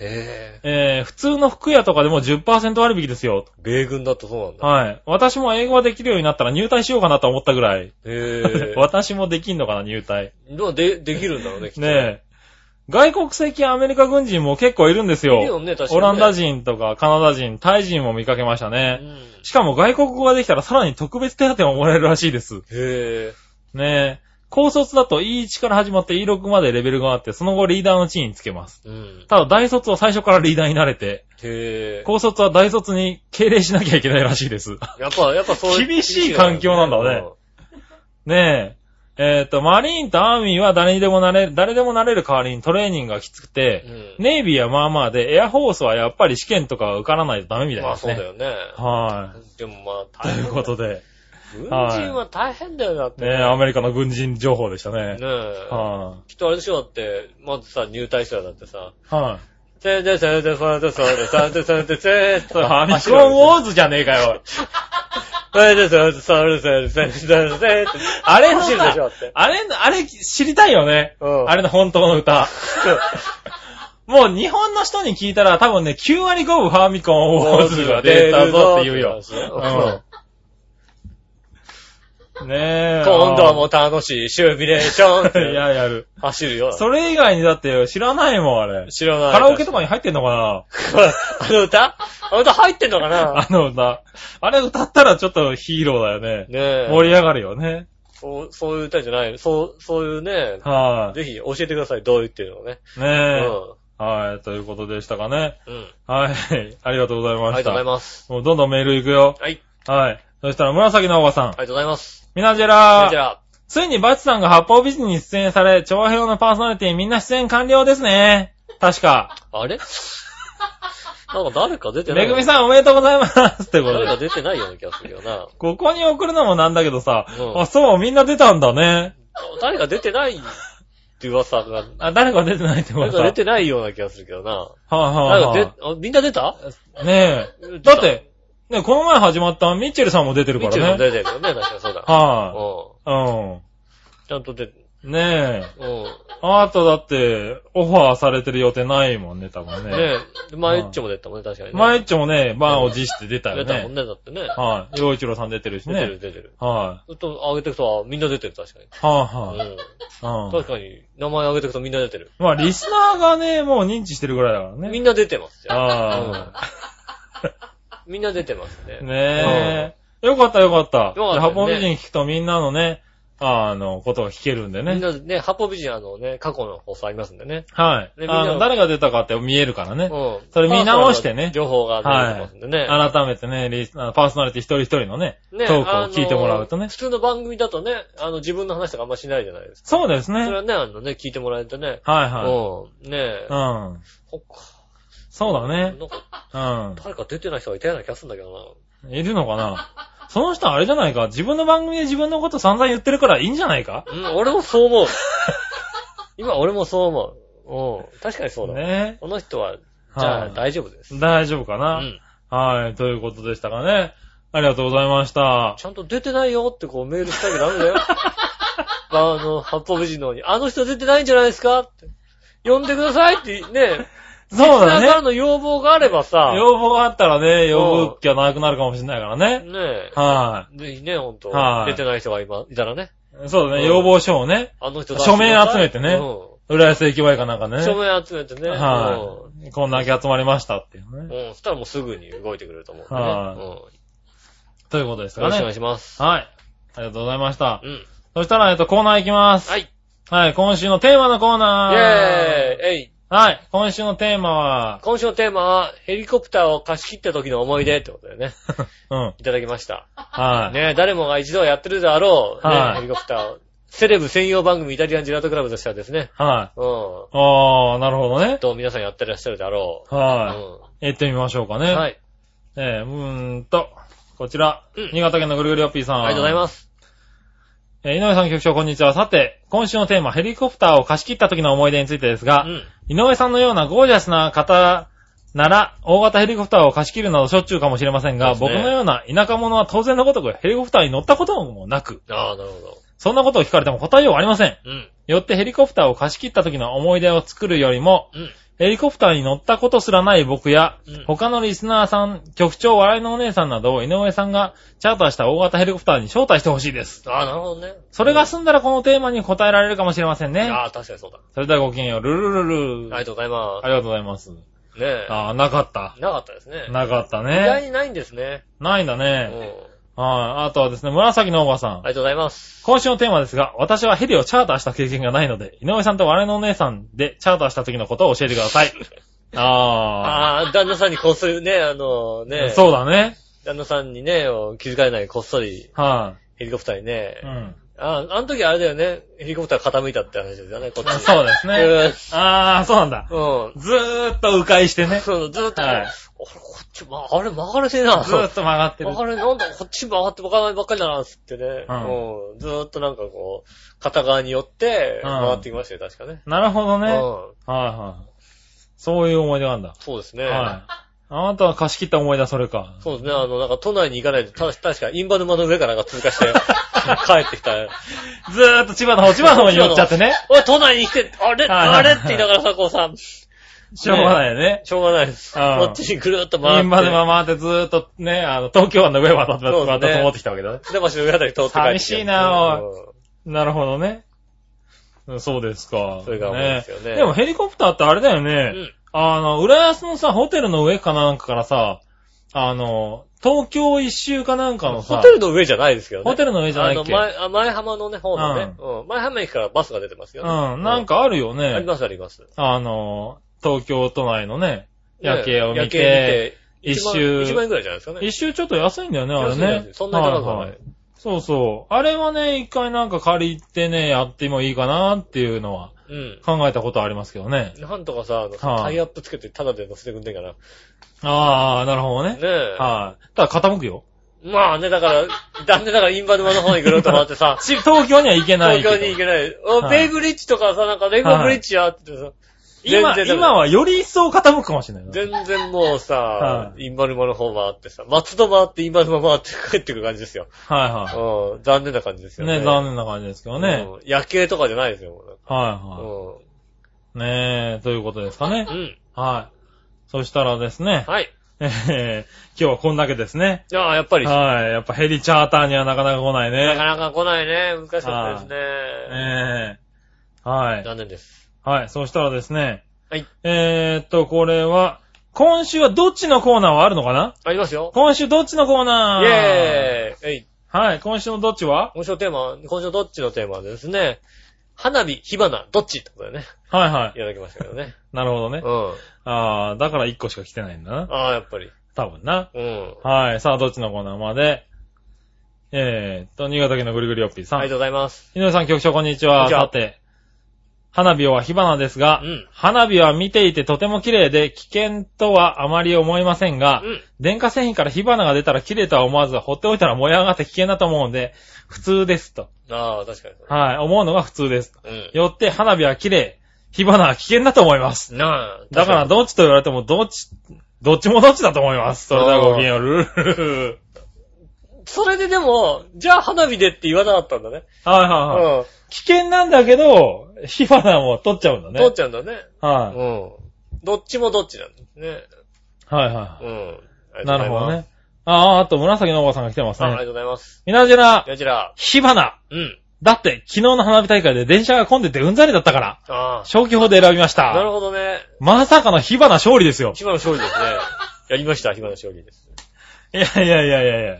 Speaker 2: へえ。
Speaker 3: えー、普通の服屋とかでも10%割引ですよ。
Speaker 2: 米軍だとそうなんだ。
Speaker 3: はい。私も英語ができるようになったら入隊しようかなと思ったぐらい。
Speaker 2: へ
Speaker 3: 私もできんのかな、入隊。
Speaker 2: え。でもで、できるんだろうね、きっと。
Speaker 3: ねえ。外国籍アメリカ軍人も結構いるんですよ。
Speaker 2: いるよね確かにね
Speaker 3: オランダ人とかカナダ人、タイ人も見かけました
Speaker 2: う
Speaker 3: ね。
Speaker 2: ん。
Speaker 3: しかも外国語ができたらさらに特別手当ももらえるらしいです。
Speaker 2: へえ。
Speaker 3: ねえ。高卒だと E1 から始まって E6 までレベルがあって、その後リーダーの地位につけます。
Speaker 2: うん。
Speaker 3: ただ大卒は最初からリーダーになれて、
Speaker 2: へえ。
Speaker 3: 高卒は大卒に敬礼しなきゃいけないらしいです。
Speaker 2: やっぱ、やっぱそういう。
Speaker 3: 厳しい環境なんだね
Speaker 2: うん
Speaker 3: ねえ。えっ、と、マリーンとアーミーは誰にでもなれる、誰でもなれる代わりにトレーニングがきつくて、
Speaker 2: うん
Speaker 3: ネイビーはまあまあで、エアフォースはやっぱり試験とかは受からないとダメみたい
Speaker 2: まあ
Speaker 3: です
Speaker 2: そう
Speaker 3: ね。
Speaker 2: だよね。
Speaker 3: はい。
Speaker 2: でもまあ
Speaker 3: と
Speaker 2: 大変
Speaker 3: い
Speaker 2: だ
Speaker 3: うことで、
Speaker 2: 軍人は大変だよなって。
Speaker 3: ねえ、アメリカの軍人情報でしたね。
Speaker 2: ねえ。
Speaker 3: は
Speaker 2: きっとあれでしょだって、まずさ、入隊したらだってさ、
Speaker 3: い。はい。
Speaker 2: せーでせーでせーでせーでせーでせーでせー
Speaker 3: それフ
Speaker 2: で
Speaker 3: ァミコンウォーズじゃねえかよ。
Speaker 2: せーでせーでせーでせーでせーでせーでせーって。
Speaker 3: あれの
Speaker 2: 走るでしょ
Speaker 3: さ
Speaker 2: だって、。
Speaker 3: あれ、あれ知りたいよね。
Speaker 2: うん
Speaker 3: あれの本当の 歌。もう日本の人に聞いたら多分ね、9割5分ファミコンウォーズが出たぞって言うよ。うん。ねえ。
Speaker 2: 今度も楽しいシューミレーションっ
Speaker 3: い
Speaker 2: て
Speaker 3: や、やる。
Speaker 2: 走るよ。
Speaker 3: それ以外にだって知らないもん、あれ。
Speaker 2: 知らない。
Speaker 3: カラオケとかに入ってんのか
Speaker 2: あの歌あの歌入ってんのか
Speaker 3: なあ
Speaker 2: な
Speaker 3: の歌。あれ歌ったらちょっとヒーローだよね。
Speaker 2: ねえ。
Speaker 3: 盛り上がるよね。
Speaker 2: そう、そういう歌じゃない。そう、そういうね、
Speaker 3: はい、
Speaker 2: ぜひ教えてください。どういうっていうのをね。う
Speaker 3: ねえ。
Speaker 2: ん。
Speaker 3: はい、ということでしたかね。
Speaker 2: うん。
Speaker 3: はい。ありがとうござい
Speaker 2: あ
Speaker 3: ま
Speaker 2: りが
Speaker 3: し
Speaker 2: とうござ
Speaker 3: た。
Speaker 2: います。
Speaker 3: もうどんどんメール行くよ。
Speaker 2: はい。
Speaker 3: はい。そしたら、紫のおばさん
Speaker 2: あ。りがとうございます。
Speaker 3: ミナジェ
Speaker 2: そ
Speaker 3: ラ
Speaker 2: れじ
Speaker 3: ー。
Speaker 2: ゃあ、
Speaker 3: ついにバチさんが八方美人に出演され、調和表のパーソナリティみんな出演完了ですね。確か。
Speaker 2: あれ なんか誰か出てない。
Speaker 3: めぐみさんおめでとうございます。ってこと
Speaker 2: 誰か
Speaker 3: で。
Speaker 2: 出てないような気がするよ な。
Speaker 3: ここに送るのもなんだけどさ、
Speaker 2: うん
Speaker 3: あ、そう、みんな出たんだね。
Speaker 2: 誰か出てないって噂が、
Speaker 3: あ、誰か出てないってこ
Speaker 2: 誰
Speaker 3: とだ。
Speaker 2: か出てないような気がするけどな。
Speaker 3: はいはい
Speaker 2: 誰
Speaker 3: は
Speaker 2: か出、あみんな出た
Speaker 3: い。ねえ。だって、ね、この前始まったミッチェルさんも出てる
Speaker 2: ミ
Speaker 3: か
Speaker 2: ッチェル
Speaker 3: ら
Speaker 2: も
Speaker 3: ね。
Speaker 2: 出てるよね。確かにそうだ。
Speaker 3: は
Speaker 2: う。
Speaker 3: い。うん
Speaker 2: ちゃんと出て、
Speaker 3: ん。ねえ。
Speaker 2: うん。
Speaker 3: あとだって、オファーされてる予定ないもんね、多分ね。
Speaker 2: ねえ、で前っちも出たもんね、確かにね。
Speaker 3: マイッチョもね、バンを辞して出たよ
Speaker 2: 出たもん
Speaker 3: ね。
Speaker 2: ね、だってね。
Speaker 3: はい。洋一郎さん出てるし
Speaker 2: 出てる、
Speaker 3: ね。
Speaker 2: 出てる。
Speaker 3: は
Speaker 2: ずっと上げていくと、あみんな出てる、確かに
Speaker 3: い。。は
Speaker 2: う
Speaker 3: いは
Speaker 2: ん。
Speaker 3: い。うん
Speaker 2: 確。かに、名前上げていくとみんな出てる。
Speaker 3: まあ、リスナーがね、もう認知してるぐらいだから
Speaker 2: み
Speaker 3: ね。
Speaker 2: んな出てます、じゃあ。
Speaker 3: ああ。
Speaker 2: みんな出てますね。
Speaker 3: ねえ。よかったよかった。
Speaker 2: よかったね
Speaker 3: ハポ美人聞くとみんなのね、あの、ことが聞けるんで
Speaker 2: みん
Speaker 3: ね。
Speaker 2: なね、ハポビジンあのね、過去の放送ありますんでね。
Speaker 3: はい。
Speaker 2: ねみんな
Speaker 3: あの、誰が出たかって見えるからね。
Speaker 2: うん。
Speaker 3: それ見直してね
Speaker 2: 情報が出てますんでね。
Speaker 3: 改めてね、リスあのパーソナリティ一人一人のね、ト
Speaker 2: ね
Speaker 3: ークを聞いてもらうと
Speaker 2: あ
Speaker 3: ね
Speaker 2: の。普通の番組だとね、あの、自分の話とかあんましないじゃないですか。
Speaker 3: そうですね。
Speaker 2: それ
Speaker 3: はい
Speaker 2: はね、あのね、聞いてもらえるとね。
Speaker 3: は
Speaker 2: うん。ねえ
Speaker 3: い。う。ん。
Speaker 2: そっか。
Speaker 3: そうだね。
Speaker 2: なんか、
Speaker 3: う
Speaker 2: 誰か出てない人がいたような気がするんだけど
Speaker 3: ん。いるのかなその人あれじゃないか自分の番組で自分のこと散々言ってるからいいんじゃないか
Speaker 2: な。うん、俺もそう 思う。今、俺もそう思う。うん。確かにそうだ。
Speaker 3: ね
Speaker 2: この人は、じゃ
Speaker 3: は
Speaker 2: あ
Speaker 3: い
Speaker 2: 大丈夫です。
Speaker 3: 大丈夫か
Speaker 2: う
Speaker 3: な、
Speaker 2: ん。
Speaker 3: はい。ということでしたかね。ありがとうございました。
Speaker 2: ちゃんと出てないよってこうメールしたけどダメ だよ。あの、八方美人の方に、あの人出てないんじゃないですかって。呼んでくださいってね、
Speaker 3: そう
Speaker 2: リスナー
Speaker 3: だ
Speaker 2: から
Speaker 3: ね。
Speaker 2: の要望があればさ、ね
Speaker 3: 要望があったらね、呼ぶ気はなくなるかもしれないからね。
Speaker 2: え、
Speaker 3: は
Speaker 2: ぜひね、ほんと
Speaker 3: は、い
Speaker 2: 出てない人が今、いたらね、
Speaker 3: い。そうだ
Speaker 2: うん
Speaker 3: ね、要望書をね、
Speaker 2: あの人
Speaker 3: 署名集めてね
Speaker 2: う
Speaker 3: 浦安駅前かなんか
Speaker 2: ん
Speaker 3: ね、
Speaker 2: 署名集めてね、
Speaker 3: はこんだけ集まりましたっていう
Speaker 2: うん
Speaker 3: ね。
Speaker 2: うん、そしたらもうすぐに動いてくれると思うんでね。
Speaker 3: は
Speaker 2: うん
Speaker 3: いということです
Speaker 2: よろ
Speaker 3: か
Speaker 2: しくお願
Speaker 3: ね。はい
Speaker 2: します。
Speaker 3: い。ありがとうございました
Speaker 2: う。ん。
Speaker 3: そしたら、えっと、コーナー行きます。
Speaker 2: はい。イ
Speaker 3: はい、今週のテーマのコー
Speaker 2: ェー
Speaker 3: ナー。
Speaker 2: イえい
Speaker 3: はい、今週のテーマは、
Speaker 2: 今週のテーマは、ヘリコプターを貸し切った時の思い出ってことだよね。
Speaker 3: うん、
Speaker 2: いただきました。
Speaker 3: はい。
Speaker 2: ねえ、誰もが一度はやってるであろう、ね
Speaker 3: はい
Speaker 2: ヘリコプターを。セレブ専用番組イタリアンジェラートクラブとしてはですね、
Speaker 3: は
Speaker 2: うん。
Speaker 3: い。あー、なるほどね。
Speaker 2: と皆さんやってらっしゃるであろう。
Speaker 3: は
Speaker 2: う
Speaker 3: い。行ってみましょうかね。
Speaker 2: ん。はい。
Speaker 3: えー、うーんと、こちら、
Speaker 2: うん
Speaker 3: 新潟県のぐるぐるよっぴーさん。
Speaker 2: ありがとうござい
Speaker 3: す。
Speaker 2: ます。
Speaker 3: えー、井上さん局長、こんにちは。さて、今週のテーマ、ヘリコプターを貸し切った時の思い出についてです
Speaker 2: う
Speaker 3: が、
Speaker 2: ん。
Speaker 3: 井上さんのようなゴージャスな方なら、大型ヘリコプターを貸し切るなどしょっちゅうかもしれませんが、
Speaker 2: そう
Speaker 3: 僕
Speaker 2: ですね
Speaker 3: のような田舎者は当然のごとくヘリコプターに乗ったこともなく、
Speaker 2: ああ、なるほど。
Speaker 3: そんなことを聞かれても答えようはありません。
Speaker 2: うん。
Speaker 3: よってヘリコプターを貸し切った時の思い出を作るよりも、
Speaker 2: うん。
Speaker 3: ヘリコプターに乗ったことすらない僕や、
Speaker 2: うん
Speaker 3: 他のリスナーさん、局長、笑いのお姉さんなどを井上さんがチャーターした大型ヘリコプターに招待してほしいです。
Speaker 2: ああ、なるほどね。
Speaker 3: それが済んだらこのテーマに答えられるかもしれませんね。
Speaker 2: ああ、確かにそうだ。
Speaker 3: それではごきげんよう、ルルルルル。
Speaker 2: ありがとうございま
Speaker 3: ありがとうございます。
Speaker 2: す。ねえ。
Speaker 3: ああ、なかった。
Speaker 2: なかったですね。
Speaker 3: なかった
Speaker 2: 意外
Speaker 3: ね。
Speaker 2: にないんですね。
Speaker 3: ないんだ
Speaker 2: うん。あ
Speaker 3: ね。はい。あとはですね、紫のおばさん
Speaker 2: り。がとうございます。
Speaker 3: 今週のテーマですが、私はヘリをチャーターした経験がないので、井上さんと我のお姉さんでチャーターした時のことを教えてくださ い。あ
Speaker 2: ああ、旦那さんにこっそりね、あの
Speaker 3: あ、
Speaker 2: ね、
Speaker 3: そうだね。
Speaker 2: 旦那さんにね、気づかれないようにこっそり
Speaker 3: は
Speaker 2: ヘリコプターにね
Speaker 3: い、、うん。
Speaker 2: あ、あの時あれだよね。ヘリコプター傾いたって話ですよね、こっち。
Speaker 3: あそうですね。
Speaker 2: ね。
Speaker 3: ああ、そうなんだ。
Speaker 2: うん。
Speaker 3: ずーっと迂回してね。ず
Speaker 2: そう、ずっと、
Speaker 3: はい
Speaker 2: あれ、こっち、ま、あれ曲がれてえな。
Speaker 3: ーっと曲がってる
Speaker 2: 曲。がれ、なんだ、こっち曲がって曲がらないばっかりだな、つってね。
Speaker 3: う
Speaker 2: うん。ずーっとなんかこう、片側に寄って、
Speaker 3: うん
Speaker 2: 回ってきましたよ、確かね。
Speaker 3: なるほどね。
Speaker 2: う
Speaker 3: はい
Speaker 2: ん。
Speaker 3: はい。そういう思い出があるんだ。
Speaker 2: そうですね。
Speaker 3: はい。あなたは貸し切った思い出、それ か。
Speaker 2: そうですね、あの、なんか都内に行かないで、た確か、インバ沼の上からなんか通過して、 帰ってきた。
Speaker 3: ずーっと千葉の方、千葉の方に寄っちゃってね。
Speaker 2: おい、都内に来て、あれ、
Speaker 3: はい
Speaker 2: あれって言いながらさ、こうさ、
Speaker 3: しょうがないよね。
Speaker 2: しょうがないです。
Speaker 3: う
Speaker 2: こ
Speaker 3: ん
Speaker 2: っちにぐるーっと回って。
Speaker 3: インバで回ってずーっとね、あの、東京湾の上渡って、
Speaker 2: そうですね
Speaker 3: 渡って戻ってきたわけだね。
Speaker 2: 船橋の上あたり通って帰ってきて
Speaker 3: 寂しいなぁ
Speaker 2: うん
Speaker 3: なるほどね。うんそうですか。
Speaker 2: それが思うんですよね
Speaker 3: でもヘリコプターってあれだよね。
Speaker 2: うん
Speaker 3: あの、浦安のさ、ホテルの上かなんかからさ、あの、東京一周かなんかのさ、
Speaker 2: ホテルの上じゃないですけどね。
Speaker 3: ホテルの上じゃないっけ
Speaker 2: あの、前、あ前浜のね、方のね。うん。前浜駅からバスが出てますよね。
Speaker 3: うん、なんかあるよ
Speaker 2: うん。あり
Speaker 3: ね。
Speaker 2: ますあります。
Speaker 3: あの、東京都内のね、夜景を見
Speaker 2: 夜景
Speaker 3: て、
Speaker 2: 見て
Speaker 3: 一周
Speaker 2: 1万円ぐらいじゃないですかね。
Speaker 3: 一周ちょっと安いんだよね、あれ
Speaker 2: 安い安
Speaker 3: ね
Speaker 2: い。そんなに高く
Speaker 3: は
Speaker 2: はないい
Speaker 3: はい。そうそう。あれはね、一回なんか借りてね、やってもいいかなっていうのは
Speaker 2: うん。
Speaker 3: 考えたことありますけどね。
Speaker 2: なんとかさ、あの
Speaker 3: はい
Speaker 2: タイアップつけてタダで乗せてくんねえかな。ね
Speaker 3: ああ、なるほどね。
Speaker 2: え。
Speaker 3: はい。ただ傾くよ。、
Speaker 2: まあね、だから、残念だからインバ沼の方にぐるっと回ってさ
Speaker 3: し東京には行け ない
Speaker 2: 東
Speaker 3: けど。
Speaker 2: 京に行けない。お
Speaker 3: はい
Speaker 2: ベイブリッジとかさ、なんかレインボーブリッジやってさ、
Speaker 3: 今、
Speaker 2: 全然ダメ
Speaker 3: 今はより一層傾くかもしれないな。
Speaker 2: 全然もうさ
Speaker 3: は、
Speaker 2: インバルマの方回ってさ、松戸回ってインバルマ回って帰ってくる感じですよ。
Speaker 3: はいは
Speaker 2: うん、残念な感じです
Speaker 3: い。
Speaker 2: よね。
Speaker 3: ね、残念な感じですけどね。
Speaker 2: うん。夜景とかじゃないですよ、もう
Speaker 3: はいうはい。ねえ、ということですかね
Speaker 2: う。ん。うん。
Speaker 3: はい。そしたらですね、
Speaker 2: はい。
Speaker 3: えへへ今日はこんだけですね。
Speaker 2: じゃあ、やっぱり、な
Speaker 3: はい。やっぱヘリチャーターにはなかなか来ない
Speaker 2: か
Speaker 3: ね。
Speaker 2: なか来ないね。難しかったですね。
Speaker 3: ええはい。
Speaker 2: 残念です。
Speaker 3: はい。そしたらですね、
Speaker 2: はい。
Speaker 3: えーっと、これは、今週はどっちのコーナーはあるのかな
Speaker 2: ありますよ。
Speaker 3: 今週どっちのコー
Speaker 2: イェ
Speaker 3: ナ
Speaker 2: ー
Speaker 3: ー
Speaker 2: イえい。
Speaker 3: はい、今週のどっちは
Speaker 2: 今週のテーマ、今週どっちのテーマはですね、花火、火花、どっちってことでね、
Speaker 3: はいはい
Speaker 2: ただきましたけど ね。
Speaker 3: い。なるほどね。
Speaker 2: うん。
Speaker 3: ああ、だから1個しか来てないんだな。
Speaker 2: ああ、やっぱり。
Speaker 3: 多分な。
Speaker 2: うん。
Speaker 3: はい、さあ、どっちのコーナーまで。えーっと、新潟県のぐりぐりおっぴーさん。
Speaker 2: ありがとうございます。
Speaker 3: 井上さん、局長、こんにち
Speaker 2: こん
Speaker 3: は。
Speaker 2: にちは
Speaker 3: さて、花火は火花ですが、
Speaker 2: うん
Speaker 3: 花火は見ていてとても綺麗で、危険とはあまり思いませんが、
Speaker 2: うん。
Speaker 3: 電化製品から火花が出たら綺麗とは思わず、放っておいたら燃え上がって危険だと思うので、普通ですと。
Speaker 2: ああ、確かに。
Speaker 3: はい、思うのが普通です。
Speaker 2: うん。
Speaker 3: よって、花火は綺麗、火花は危険だと思います。
Speaker 2: なあ、
Speaker 3: だから、
Speaker 2: 確
Speaker 3: どっちと言われても、どっち、どっちもどっちだと思います。それではごきげんよう、ルルルルルル。
Speaker 2: にそれででも、じゃあ花火でって言わなかったんだね。
Speaker 3: はいは
Speaker 2: う
Speaker 3: いはい。
Speaker 2: ん。
Speaker 3: 危険なんだけど、火花も取っちゃうんだね。
Speaker 2: 通っちゃうんだね。
Speaker 3: はい。
Speaker 2: うん。どっちもどっちなんですね。
Speaker 3: はいは
Speaker 2: うん。あ
Speaker 3: い。
Speaker 2: りがと
Speaker 3: な
Speaker 2: う
Speaker 3: る
Speaker 2: ござい
Speaker 3: ほど
Speaker 2: ます。
Speaker 3: ね。ああ、あと紫のおばさんが来てます
Speaker 2: あありが
Speaker 3: ね。
Speaker 2: とうございます。
Speaker 3: みなじら、
Speaker 2: こちら。
Speaker 3: 火花。
Speaker 2: うん。
Speaker 3: だって、昨日の花火大会で電車が混んでてうんざりだったから、
Speaker 2: あ
Speaker 3: 消去法で選びまし
Speaker 2: あ。なる
Speaker 3: た。
Speaker 2: ほどね。
Speaker 3: まさかの火花勝利ですよ。
Speaker 2: 火花勝利 ですね。やりました、火花勝利です。
Speaker 3: いやいやいやいやいや。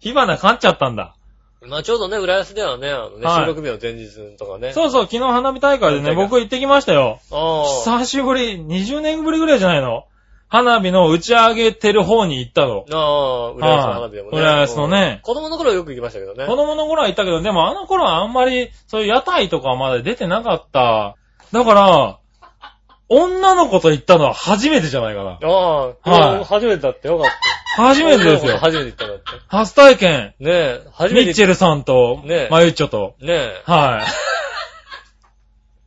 Speaker 3: 火花勝っちゃったんだ。
Speaker 2: まあちょうどね、浦安ではね、あのね、
Speaker 3: はい
Speaker 2: 収録日の前日とかね。
Speaker 3: そうそう、昨日花火大会で
Speaker 2: 花
Speaker 3: ね、
Speaker 2: 火大会
Speaker 3: 僕行ってきましたよ。
Speaker 2: ああ。
Speaker 3: 久しぶり、20年ぶりぐらいじゃないの花火の打ち上げてる方に行ったの。
Speaker 2: ああ、浦安の花火でもね。
Speaker 3: はい浦安のね
Speaker 2: うん子供の頃よく行きましたけどね。
Speaker 3: 子供の頃は行ったけど、でもあの頃はあんまり、そういう屋台とかはまだ出てなかった。だから、女の子と行ったのは初めてじゃないかな。
Speaker 2: ああ、
Speaker 3: はい
Speaker 2: うん初めてだってよかった。
Speaker 3: 初めてですよ。
Speaker 2: 初めて行ったんだって。
Speaker 3: 初体験。
Speaker 2: ねえ、初
Speaker 3: ミ
Speaker 2: め
Speaker 3: ッ
Speaker 2: て
Speaker 3: チェルさんと
Speaker 2: ねえ、
Speaker 3: マユッチョと。
Speaker 2: ねえ、
Speaker 3: は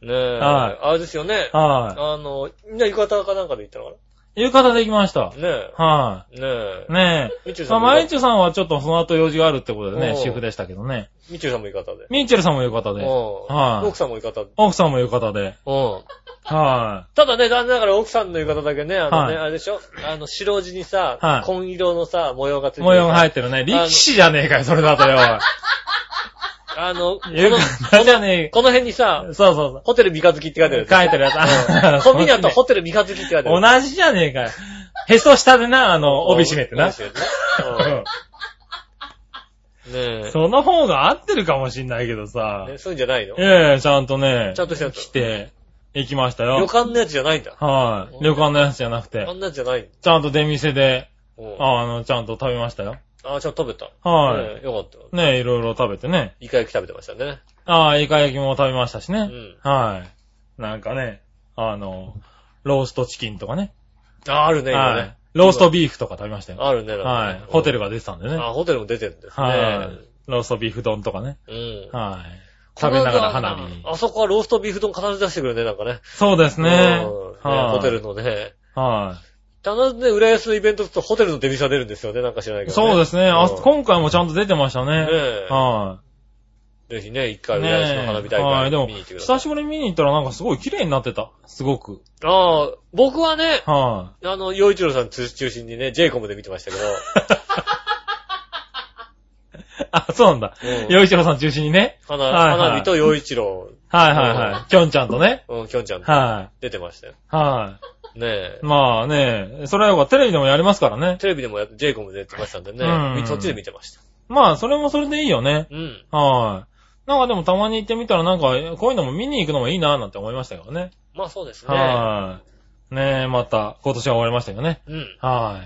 Speaker 3: い。
Speaker 2: ねえ、
Speaker 3: はい
Speaker 2: あれですよね。
Speaker 3: は
Speaker 2: あの、みんな浴衣かなんかで行ったのか
Speaker 3: い。浴衣で行きました。
Speaker 2: なね
Speaker 3: は
Speaker 2: え、ねえ
Speaker 3: い。、ね
Speaker 2: みちゅ
Speaker 3: え。
Speaker 2: うさ
Speaker 3: まあ
Speaker 2: んも
Speaker 3: マユッチョさんはちょっとその後用事があるってことで
Speaker 2: お
Speaker 3: ね、
Speaker 2: う
Speaker 3: 主婦でしたけどね。
Speaker 2: みちゅうさんも浴衣で。
Speaker 3: ミッチェルさんも浴衣
Speaker 2: うん
Speaker 3: で。。はい
Speaker 2: 奥さんも浴衣で。
Speaker 3: 奥さんも浴衣で。
Speaker 2: うん。
Speaker 3: は
Speaker 2: ただね、残念ながら奥さんの浴衣だけね、あのね、
Speaker 3: は
Speaker 2: あれでしょあの、白地にさ、
Speaker 3: はい
Speaker 2: 紺色のさ、模様がついて
Speaker 3: い。
Speaker 2: る
Speaker 3: 模様が入ってるね。力士じゃねえかよ、それだとよ。
Speaker 2: あの、こ
Speaker 3: お
Speaker 2: の
Speaker 3: い浴衣じゃねえ
Speaker 2: この辺にさ、
Speaker 3: そうそうそう。
Speaker 2: ホテル三日月 って書いてある
Speaker 3: 書
Speaker 2: や
Speaker 3: いてるやつ。
Speaker 2: つ。小湊ホテル三日月って書いてある。
Speaker 3: 同じじゃねえかよ。へそ下でな、あの、帯締めてな
Speaker 2: 帯。締めてな うんねえ。
Speaker 3: その方が合ってるかもしんないけどさ
Speaker 2: ね。そういうんじゃないの
Speaker 3: ええ、ちゃんとね
Speaker 2: ちゃ、んとしたやつ
Speaker 3: 来。て、行きました
Speaker 2: 旅
Speaker 3: よ。
Speaker 2: 館のやつじゃないんだ。
Speaker 3: はい。旅館のやつじゃなくて
Speaker 2: あ、んなんじゃない
Speaker 3: ちゃんと出店で、
Speaker 2: の。うん
Speaker 3: あの、ちゃんと食べましたよ。
Speaker 2: あー、ちゃんと食べた。
Speaker 3: は
Speaker 2: ねよかった。
Speaker 3: い。ねえ、いろいろ食べてね。
Speaker 2: イカ焼き食べてましたね。
Speaker 3: ああ、イカ焼きも食べましたし
Speaker 2: う
Speaker 3: ね。
Speaker 2: ん。
Speaker 3: はい。なんかね、あの、ローストチキンとかね。
Speaker 2: あー、あるね、今
Speaker 3: はい
Speaker 2: ね。。
Speaker 3: ローストビーフとか食べましたよ。
Speaker 2: あるね、なんか
Speaker 3: は
Speaker 2: ね
Speaker 3: い。ホテルが出てたんでね。
Speaker 2: あ、ホテルも出てるんです
Speaker 3: は
Speaker 2: ね。
Speaker 3: い。ローストビーフ丼とかね。
Speaker 2: うん。
Speaker 3: はい。食べながら花火。
Speaker 2: あそこはローストビーフ丼必ず出してくれるね、なんかね。
Speaker 3: そうですね。
Speaker 2: うんね
Speaker 3: はい。
Speaker 2: ホテル。のね。
Speaker 3: は
Speaker 2: 必ずね、浦安のイベントとホテルの出店が出るんですよね、なんか知らないけ
Speaker 3: い。
Speaker 2: ど。
Speaker 3: そうですね。あ
Speaker 2: うん
Speaker 3: 今回もちゃんと出てました
Speaker 2: ね
Speaker 3: ね。
Speaker 2: え。
Speaker 3: は
Speaker 2: ぜひね、一
Speaker 3: い。
Speaker 2: 回浦安の花火大
Speaker 3: は
Speaker 2: 会
Speaker 3: い。でも、
Speaker 2: 見に行ってください。
Speaker 3: 久しぶりに見に行ったらなんかすごい綺麗になってた。すごく。
Speaker 2: ああ、僕はね、
Speaker 3: は
Speaker 2: あの、洋一郎さん中心にね、ジェイコムで見てましたけど、
Speaker 3: い。あ、そうなんだ
Speaker 2: うん。
Speaker 3: 洋一郎さん中心にね。
Speaker 2: 花、
Speaker 3: はいはい
Speaker 2: 花火と洋一郎、
Speaker 3: はいはいはい。きょんちゃん とね。
Speaker 2: うん、きょんちゃんと
Speaker 3: は
Speaker 2: 出てましたよ。
Speaker 3: い。は
Speaker 2: ねえ
Speaker 3: い。。まあね、それはテレビでもやりますからね。
Speaker 2: テレビでもやジェイコムでやってましたんでね、
Speaker 3: うん
Speaker 2: みそっちで見てました。
Speaker 3: まあ、それもそれでいいよね。
Speaker 2: うん。
Speaker 3: はい。なんかでもたまに行ってみたらなんか、こういうのも見に行くのもいいななんて思いましたけどね。
Speaker 2: まあそうですね。
Speaker 3: はい。ねえ、また、今年は終わりましたよね。
Speaker 2: うん。
Speaker 3: は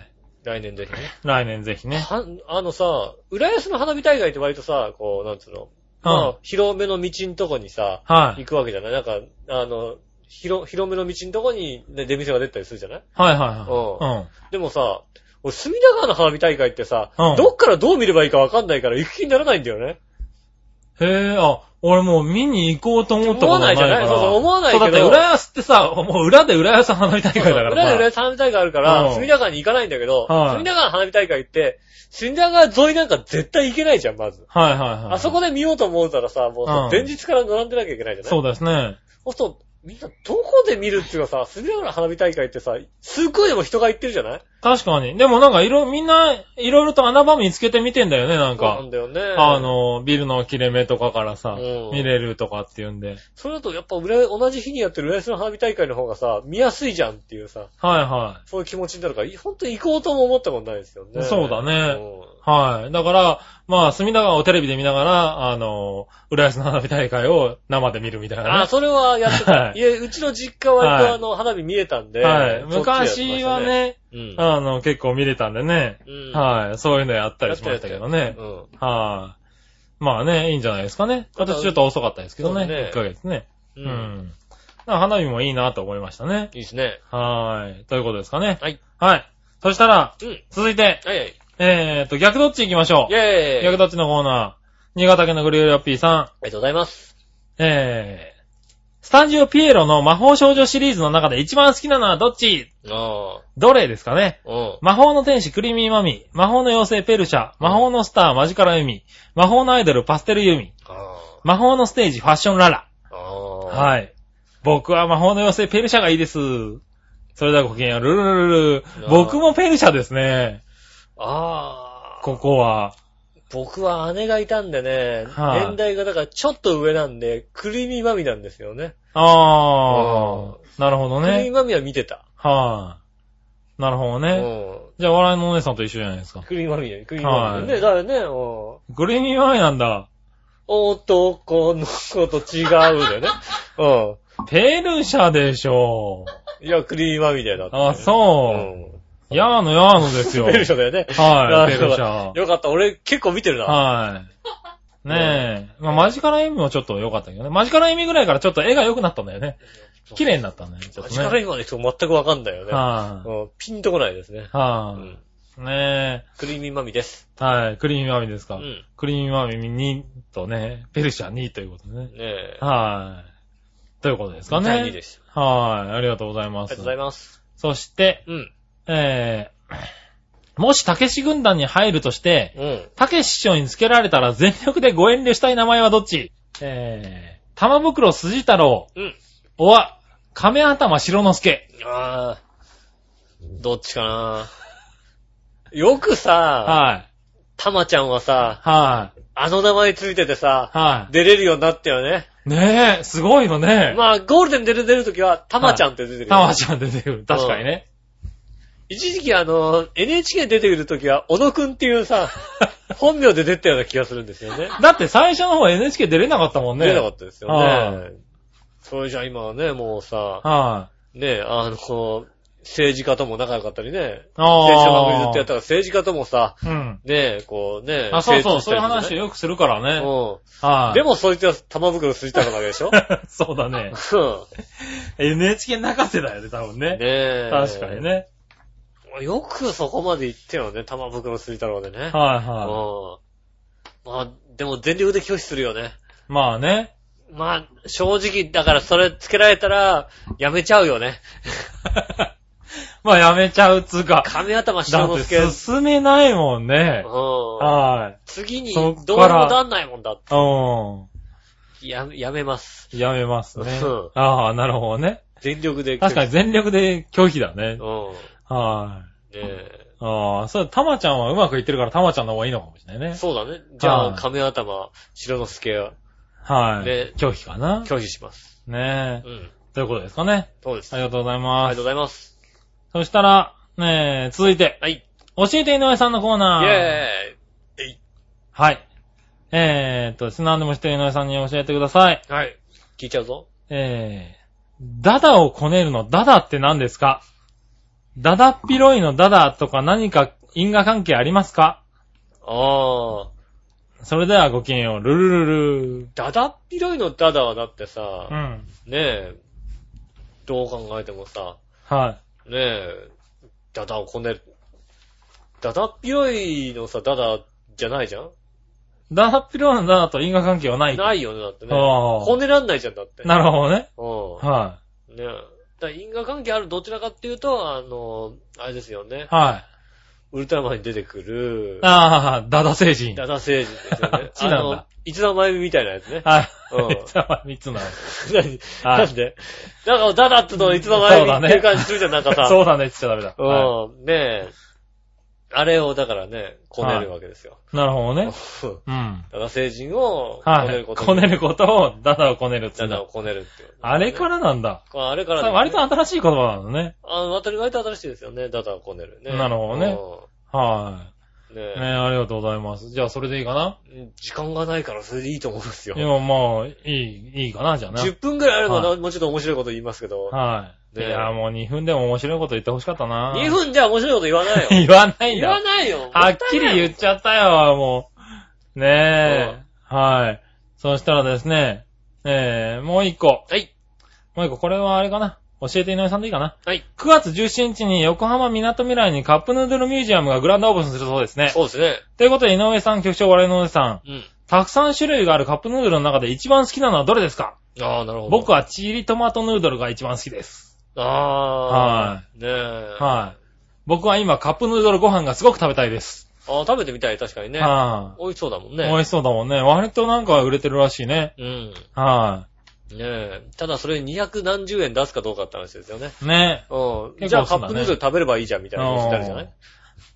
Speaker 2: 来年ぜひね。
Speaker 3: い。来年ぜひね。
Speaker 2: はあのさ、浦安の花火大会って割とさ、こう、なんつうの、まあ、
Speaker 3: うん
Speaker 2: 広めの道んとこにさ、
Speaker 3: は
Speaker 2: 行
Speaker 3: い。
Speaker 2: くわけじゃないなんか、あの、広、広めの道んとこに、ね、出店が出たりするじゃない
Speaker 3: はいはい
Speaker 2: うん
Speaker 3: はい。
Speaker 2: でもさ、俺、隅田川の花火大会ってさ、
Speaker 3: うん
Speaker 2: どっからどう見ればいいかわかんないから行く気にならないんだよね。
Speaker 3: うん。へえ、あ、俺もう見に行こうと思ったことがないか
Speaker 2: 思
Speaker 3: ら。
Speaker 2: わないじゃないそう
Speaker 3: そうだっ
Speaker 2: そう思わないけど
Speaker 3: て浦安ってさ、もう裏で浦安花火大会だからさ。
Speaker 2: 裏で裏で花火大会あるか
Speaker 3: う
Speaker 2: ら、
Speaker 3: ん
Speaker 2: 隅田川に行かないんだけど、
Speaker 3: はい
Speaker 2: 隅田川花火大会って、隅田川沿いなんか絶対行けないじゃん、まず。
Speaker 3: はいはいはい。
Speaker 2: あそこで見ようと思うたらさ、もうさ
Speaker 3: うん
Speaker 2: 前日から並んでなきゃいけないじゃない
Speaker 3: そうですね。
Speaker 2: そうすると、みんなどこで見るっていうかさ、隅田川の花火大会ってさ、すっごいでも人が行ってるじゃない
Speaker 3: 確かに。でもなんかいろ、みんな、いろいろと穴場見つけて見てんだよね、なん
Speaker 2: そうな
Speaker 3: か
Speaker 2: ん。だよね。
Speaker 3: あ、の、ビルの切れ目とかからさ、
Speaker 2: うん
Speaker 3: 見れるとかっていうんで。
Speaker 2: それだとやっぱ浦安同じ日にやってる浦安の花火大会の方がさ、見やすいじゃんっていうさ、
Speaker 3: はいは
Speaker 2: そういう気持ちになるから、い本当に行こうとも思ったことないですよね。
Speaker 3: そうだね
Speaker 2: うん
Speaker 3: い。はい。だから、まあ、隅田川をテレビで見ながら、あの、浦安の花火大会を生で見るみたいな
Speaker 2: あ、
Speaker 3: ね。
Speaker 2: それはやってた。
Speaker 3: はい
Speaker 2: い、や、うちの実家は割
Speaker 3: はい
Speaker 2: とあの、花火見えたんで。
Speaker 3: はい。
Speaker 2: そっちでやってま
Speaker 3: 昔
Speaker 2: し
Speaker 3: は
Speaker 2: た。
Speaker 3: ね、
Speaker 2: うん。
Speaker 3: あの、結構見れたんでね。
Speaker 2: うん
Speaker 3: はい。そういうのやったりしましたけど
Speaker 2: やっ
Speaker 3: ね
Speaker 2: た。やった
Speaker 3: はい。まあね、いいんじゃないですかね。私ちょっと遅かったですけどね。
Speaker 2: そうね
Speaker 3: 1ヶ月ね。
Speaker 2: う。
Speaker 3: うん
Speaker 2: うん。
Speaker 3: ん。だから花火もいいなと思いましたね。
Speaker 2: いいですね。
Speaker 3: はい。ということですかね。
Speaker 2: はい。
Speaker 3: はい。そしたら、
Speaker 2: うん。
Speaker 3: 続いて、
Speaker 2: はいはい。
Speaker 3: えーと、逆どっち行きましょ
Speaker 2: イェーイ
Speaker 3: う。逆どっちのコーナー。新潟県のグリューラッピーさ
Speaker 2: ありがとうございます。
Speaker 3: ん。えー、スタジオピエロの魔法少女シリーズの中で一番好きなのはどっち
Speaker 2: あ
Speaker 3: どれですかね
Speaker 2: あ。うん。
Speaker 3: 魔法の天使クリーミーマミ、魔法の妖精ペルシャ、魔法のスターマジカラユミ、魔法のアイドルパステルユミ、
Speaker 2: あ
Speaker 3: 魔法のステージファッションララ。
Speaker 2: あ。ああ。い。
Speaker 3: はい。僕は魔法の妖精ペルシャがいいです。それではごきげんよう。ルルルルル
Speaker 2: あー
Speaker 3: 僕もペルシャですね。
Speaker 2: ああ。
Speaker 3: ここは。
Speaker 2: 僕は姉がいたんでね、
Speaker 3: はい
Speaker 2: 年代がだからちょっと上なんで、クリーミーマミなんですよね。
Speaker 3: あ
Speaker 2: う
Speaker 3: ー。なるほど
Speaker 2: クリーミー
Speaker 3: ね。
Speaker 2: マミは見てた。
Speaker 3: はい。なるほど
Speaker 2: う
Speaker 3: ね。
Speaker 2: ん。
Speaker 3: じゃあ、笑いのお姉さんと一緒じゃないですか。
Speaker 2: クリーミーマミだよ、クリーミーマミだよ。ね、だからね、うん。
Speaker 3: グリーミーマイなんだ。
Speaker 2: 男の子と違うだよ ね。う
Speaker 3: ペルシャでしょ
Speaker 2: ん。いや、クリーミーマミだよ、だって。
Speaker 3: あ、そう。
Speaker 2: う
Speaker 3: ヤーのヤーのですよ。
Speaker 2: ん。ペルシャだよね。
Speaker 3: はい、ペ
Speaker 2: なる
Speaker 3: ル
Speaker 2: ほ
Speaker 3: シ
Speaker 2: ど
Speaker 3: ャ。
Speaker 2: よかった、俺結構見てるな。
Speaker 3: はい。ねえ。まあ、マジカラ意味もちょっと良かったけどね。マジカラ意味ぐらいからちょっと絵が良くなったんだよね。綺麗になったんだよね、ちょっ
Speaker 2: マ
Speaker 3: と
Speaker 2: ジ
Speaker 3: ね。
Speaker 2: カル今の人全くわかんないよね。
Speaker 3: はい、
Speaker 2: うんピンとこないですね。う
Speaker 3: はい、
Speaker 2: ん
Speaker 3: ね
Speaker 2: クリーミーマミです。
Speaker 3: え。はい。クリーミーマミです
Speaker 2: う
Speaker 3: か。
Speaker 2: ん。
Speaker 3: クリーミーマミ2とね、ペルシャ2ということでね。
Speaker 2: ねえ。
Speaker 3: はい。ということですかね。
Speaker 2: 第2です。
Speaker 3: はい。ありがとうござい
Speaker 2: あり
Speaker 3: ま
Speaker 2: が
Speaker 3: す
Speaker 2: とうご。ざいます。
Speaker 3: そして、
Speaker 2: うん。
Speaker 3: えー、もし、たけし軍団に入るとして、
Speaker 2: うん。
Speaker 3: たけし師匠につけられたら全力でご遠慮したい名前はどっちえー、玉袋筋太郎、
Speaker 2: うん。
Speaker 3: おわ、亀頭白之助。
Speaker 2: あー、どっちかなよくさ、
Speaker 3: はい。
Speaker 2: たまちゃんはさ、
Speaker 3: はい。
Speaker 2: あの名前ついててさ、
Speaker 3: は
Speaker 2: 出れるようになったよね。
Speaker 3: い。ねえ、すごいのね。
Speaker 2: まあ、ゴールデン出る出るときは、たまちゃんって出てくる。
Speaker 3: 玉ちゃん出てくる。確かにね。
Speaker 2: 一時期あの、NHK 出てくるときは、小野くんっていうさ、本名で出たような気がするんですよね。
Speaker 3: だって最初の方 NHK 出れなかったもんね。
Speaker 2: 出なかったですよ
Speaker 3: は
Speaker 2: ね。それじゃあ今はね、もうさ、
Speaker 3: はい。
Speaker 2: ねえ、あの、こう政治家とも仲良かったりね、政治の番組ず
Speaker 3: あ
Speaker 2: っとやったら政治家ともさ、
Speaker 3: あ。うん。
Speaker 2: ねえ、こうね、
Speaker 3: あ、そうそ
Speaker 2: 精通
Speaker 3: う、
Speaker 2: し
Speaker 3: そ
Speaker 2: た
Speaker 3: うい
Speaker 2: りと
Speaker 3: う
Speaker 2: か
Speaker 3: 話をよくするからね。
Speaker 2: う
Speaker 3: は
Speaker 2: ん。
Speaker 3: い。
Speaker 2: でもそいつは玉袋筋太郎なわけでしょ
Speaker 3: そうだね。
Speaker 2: う
Speaker 3: NHK 泣かせだよね、多分
Speaker 2: ん。ね
Speaker 3: ね。
Speaker 2: え。
Speaker 3: 確かに。ね。
Speaker 2: よくそこまで言ってよね、玉袋筋太郎でね。
Speaker 3: はい
Speaker 2: うん
Speaker 3: は。
Speaker 2: まあ、でも全力で拒否するよね。
Speaker 3: い。まあね。
Speaker 2: まあ、正直、だからそれつけられたら、やめちゃうよね。
Speaker 3: まあやめちゃうっつうか。
Speaker 2: 亀頭
Speaker 3: だ
Speaker 2: 白
Speaker 3: っ
Speaker 2: 之助。う
Speaker 3: て進めないもんね。
Speaker 2: ん。
Speaker 3: は
Speaker 2: 次に、ど
Speaker 3: そうっ
Speaker 2: にも
Speaker 3: から
Speaker 2: なんないもんだって。
Speaker 3: い。うん。
Speaker 2: や、やめます。
Speaker 3: やめますね
Speaker 2: うん。
Speaker 3: ああ、なるほどね。
Speaker 2: 全力で。
Speaker 3: 確かに全力で拒否だ
Speaker 2: う
Speaker 3: ね
Speaker 2: ん。。
Speaker 3: は
Speaker 2: ねえ
Speaker 3: い。ああ、そう、たまちゃんはうまくいってるからたまちゃんの方がいいのかもしれないね。
Speaker 2: そうだね。じゃあ、
Speaker 3: はい
Speaker 2: 亀頭、白之助は
Speaker 3: はい
Speaker 2: ね。
Speaker 3: 拒否かな。
Speaker 2: 拒否します。
Speaker 3: ね
Speaker 2: う
Speaker 3: え。
Speaker 2: ん。
Speaker 3: ということですかね。
Speaker 2: そうです。
Speaker 3: あ
Speaker 2: あり
Speaker 3: りがとうござい
Speaker 2: が
Speaker 3: ま
Speaker 2: とう
Speaker 3: す
Speaker 2: ご。ざいます。
Speaker 3: そしたら、ねえ、続いて、
Speaker 2: はい。
Speaker 3: 教えて井上さんのコー
Speaker 2: イェ
Speaker 3: ナー。
Speaker 2: ーイ。
Speaker 3: はい。えーっとですね、何でも知ってる井上さんに教えてください。
Speaker 2: えいはい。聞いちゃうぞ。
Speaker 3: えー、ダダをこねるのダダって何ですかダダっぴろいのダダとか何か因果関係ありますか
Speaker 2: ああ。
Speaker 3: それではごきげんよう。ルルルルー。
Speaker 2: だだっ広いのダダはだってさ
Speaker 3: う、ん。
Speaker 2: ねえ、どう考えてもさ、
Speaker 3: は
Speaker 2: ねえ、ダダをこねる。ダダっ広いのさ、ダダじゃないじゃん
Speaker 3: い。ダダっぴろいのダダと因果関係はない。
Speaker 2: ないよね、だってね。
Speaker 3: あー
Speaker 2: こねらんないじゃん、だって。
Speaker 3: なるほどね。
Speaker 2: う
Speaker 3: は
Speaker 2: ん。ねえ。だから因果関係あるどちらかっていうと、あの、あれですよね
Speaker 3: い。。はい。
Speaker 2: ウルトラマンに出てくる、
Speaker 3: ああ、ダダ星人。
Speaker 2: ダダ星人ですよね
Speaker 3: 。あっちなんだ
Speaker 2: の、一段前みたいなやつね。
Speaker 3: はい。
Speaker 2: うん
Speaker 3: 三つ葉三つ葉。
Speaker 2: 何
Speaker 3: はい
Speaker 2: なんでなんか、ダダっといつの前
Speaker 3: そう
Speaker 2: に
Speaker 3: だね
Speaker 2: っていう感じするじゃん、なんかさ。
Speaker 3: そうだねって言っちゃダメだ。は
Speaker 2: うん、ねえ。あれを、だからね、こねるわけですよ。
Speaker 3: いなるほど
Speaker 2: うん
Speaker 3: ね
Speaker 2: だ。
Speaker 3: うん。
Speaker 2: から成人をこ
Speaker 3: は
Speaker 2: ね
Speaker 3: い。
Speaker 2: ること。
Speaker 3: こねることを、ダダをこねるってい
Speaker 2: ダ
Speaker 3: う
Speaker 2: ダ
Speaker 3: の。
Speaker 2: をこねるっていう。
Speaker 3: あれからなんだ。
Speaker 2: ああれから
Speaker 3: さ
Speaker 2: ね
Speaker 3: 割と新しい言葉なのね。
Speaker 2: あの、割と割と新しいですよね。ダダをこねるね。
Speaker 3: なるほどねは
Speaker 2: うん。ね
Speaker 3: い。
Speaker 2: え
Speaker 3: ねありがとうございます。じゃあ、それでいいかな
Speaker 2: 時間がないからそれでいいと思うんですよ
Speaker 3: い。や、まあ、いい、いいかな、じゃあな。
Speaker 2: 10分くらいあれば
Speaker 3: は
Speaker 2: な、もうちょっと面白いこと言いますけど。
Speaker 3: はい。い
Speaker 2: ねえ
Speaker 3: や、もう2分でも面白いこと言ってほしかったな。
Speaker 2: 2分じゃ面白いこと言わないよ。
Speaker 3: 言わ ないん
Speaker 2: 言わ
Speaker 3: だ。
Speaker 2: ないよ。
Speaker 3: はっきり言っちゃったよ、もう。ねえ。はい。そしたらですね、えー、もう一個。
Speaker 2: はい。
Speaker 3: もう一個、これはあれかな。教えて井上さんでいいかな。
Speaker 2: はい。
Speaker 3: 9月17日に横浜港未来にカップヌードルミュージアムがグランドオープンするそうですね。
Speaker 2: そうですね。
Speaker 3: ということで、井上さん、局長、我々のおじさん、
Speaker 2: うん。
Speaker 3: たくさん種類があるカップヌードルの中で一番好きなのはどれですか
Speaker 2: ああ、なるほど。
Speaker 3: 僕
Speaker 2: は。
Speaker 3: はチリトマトヌードルが一番好きです。
Speaker 2: ああ。ねえ。あ
Speaker 3: はい。僕は今、カップヌードルご飯がすごく食べたいです。
Speaker 2: あ、食べてみたい、確かにね。
Speaker 3: はい。
Speaker 2: 美味しそうだもん
Speaker 3: 美
Speaker 2: ね。
Speaker 3: 味しそうだもんね。割となんか売れてるらしいね。
Speaker 2: うん。
Speaker 3: は
Speaker 2: ねえ。ただそれ200何十円出すかどうかって話ですよね。
Speaker 3: い。ね。
Speaker 2: うん。
Speaker 3: 結構
Speaker 2: じゃあカ
Speaker 3: そうだ
Speaker 2: ッ
Speaker 3: ね
Speaker 2: プヌードル食べればいいじゃんみたいな話になるじゃな
Speaker 3: うん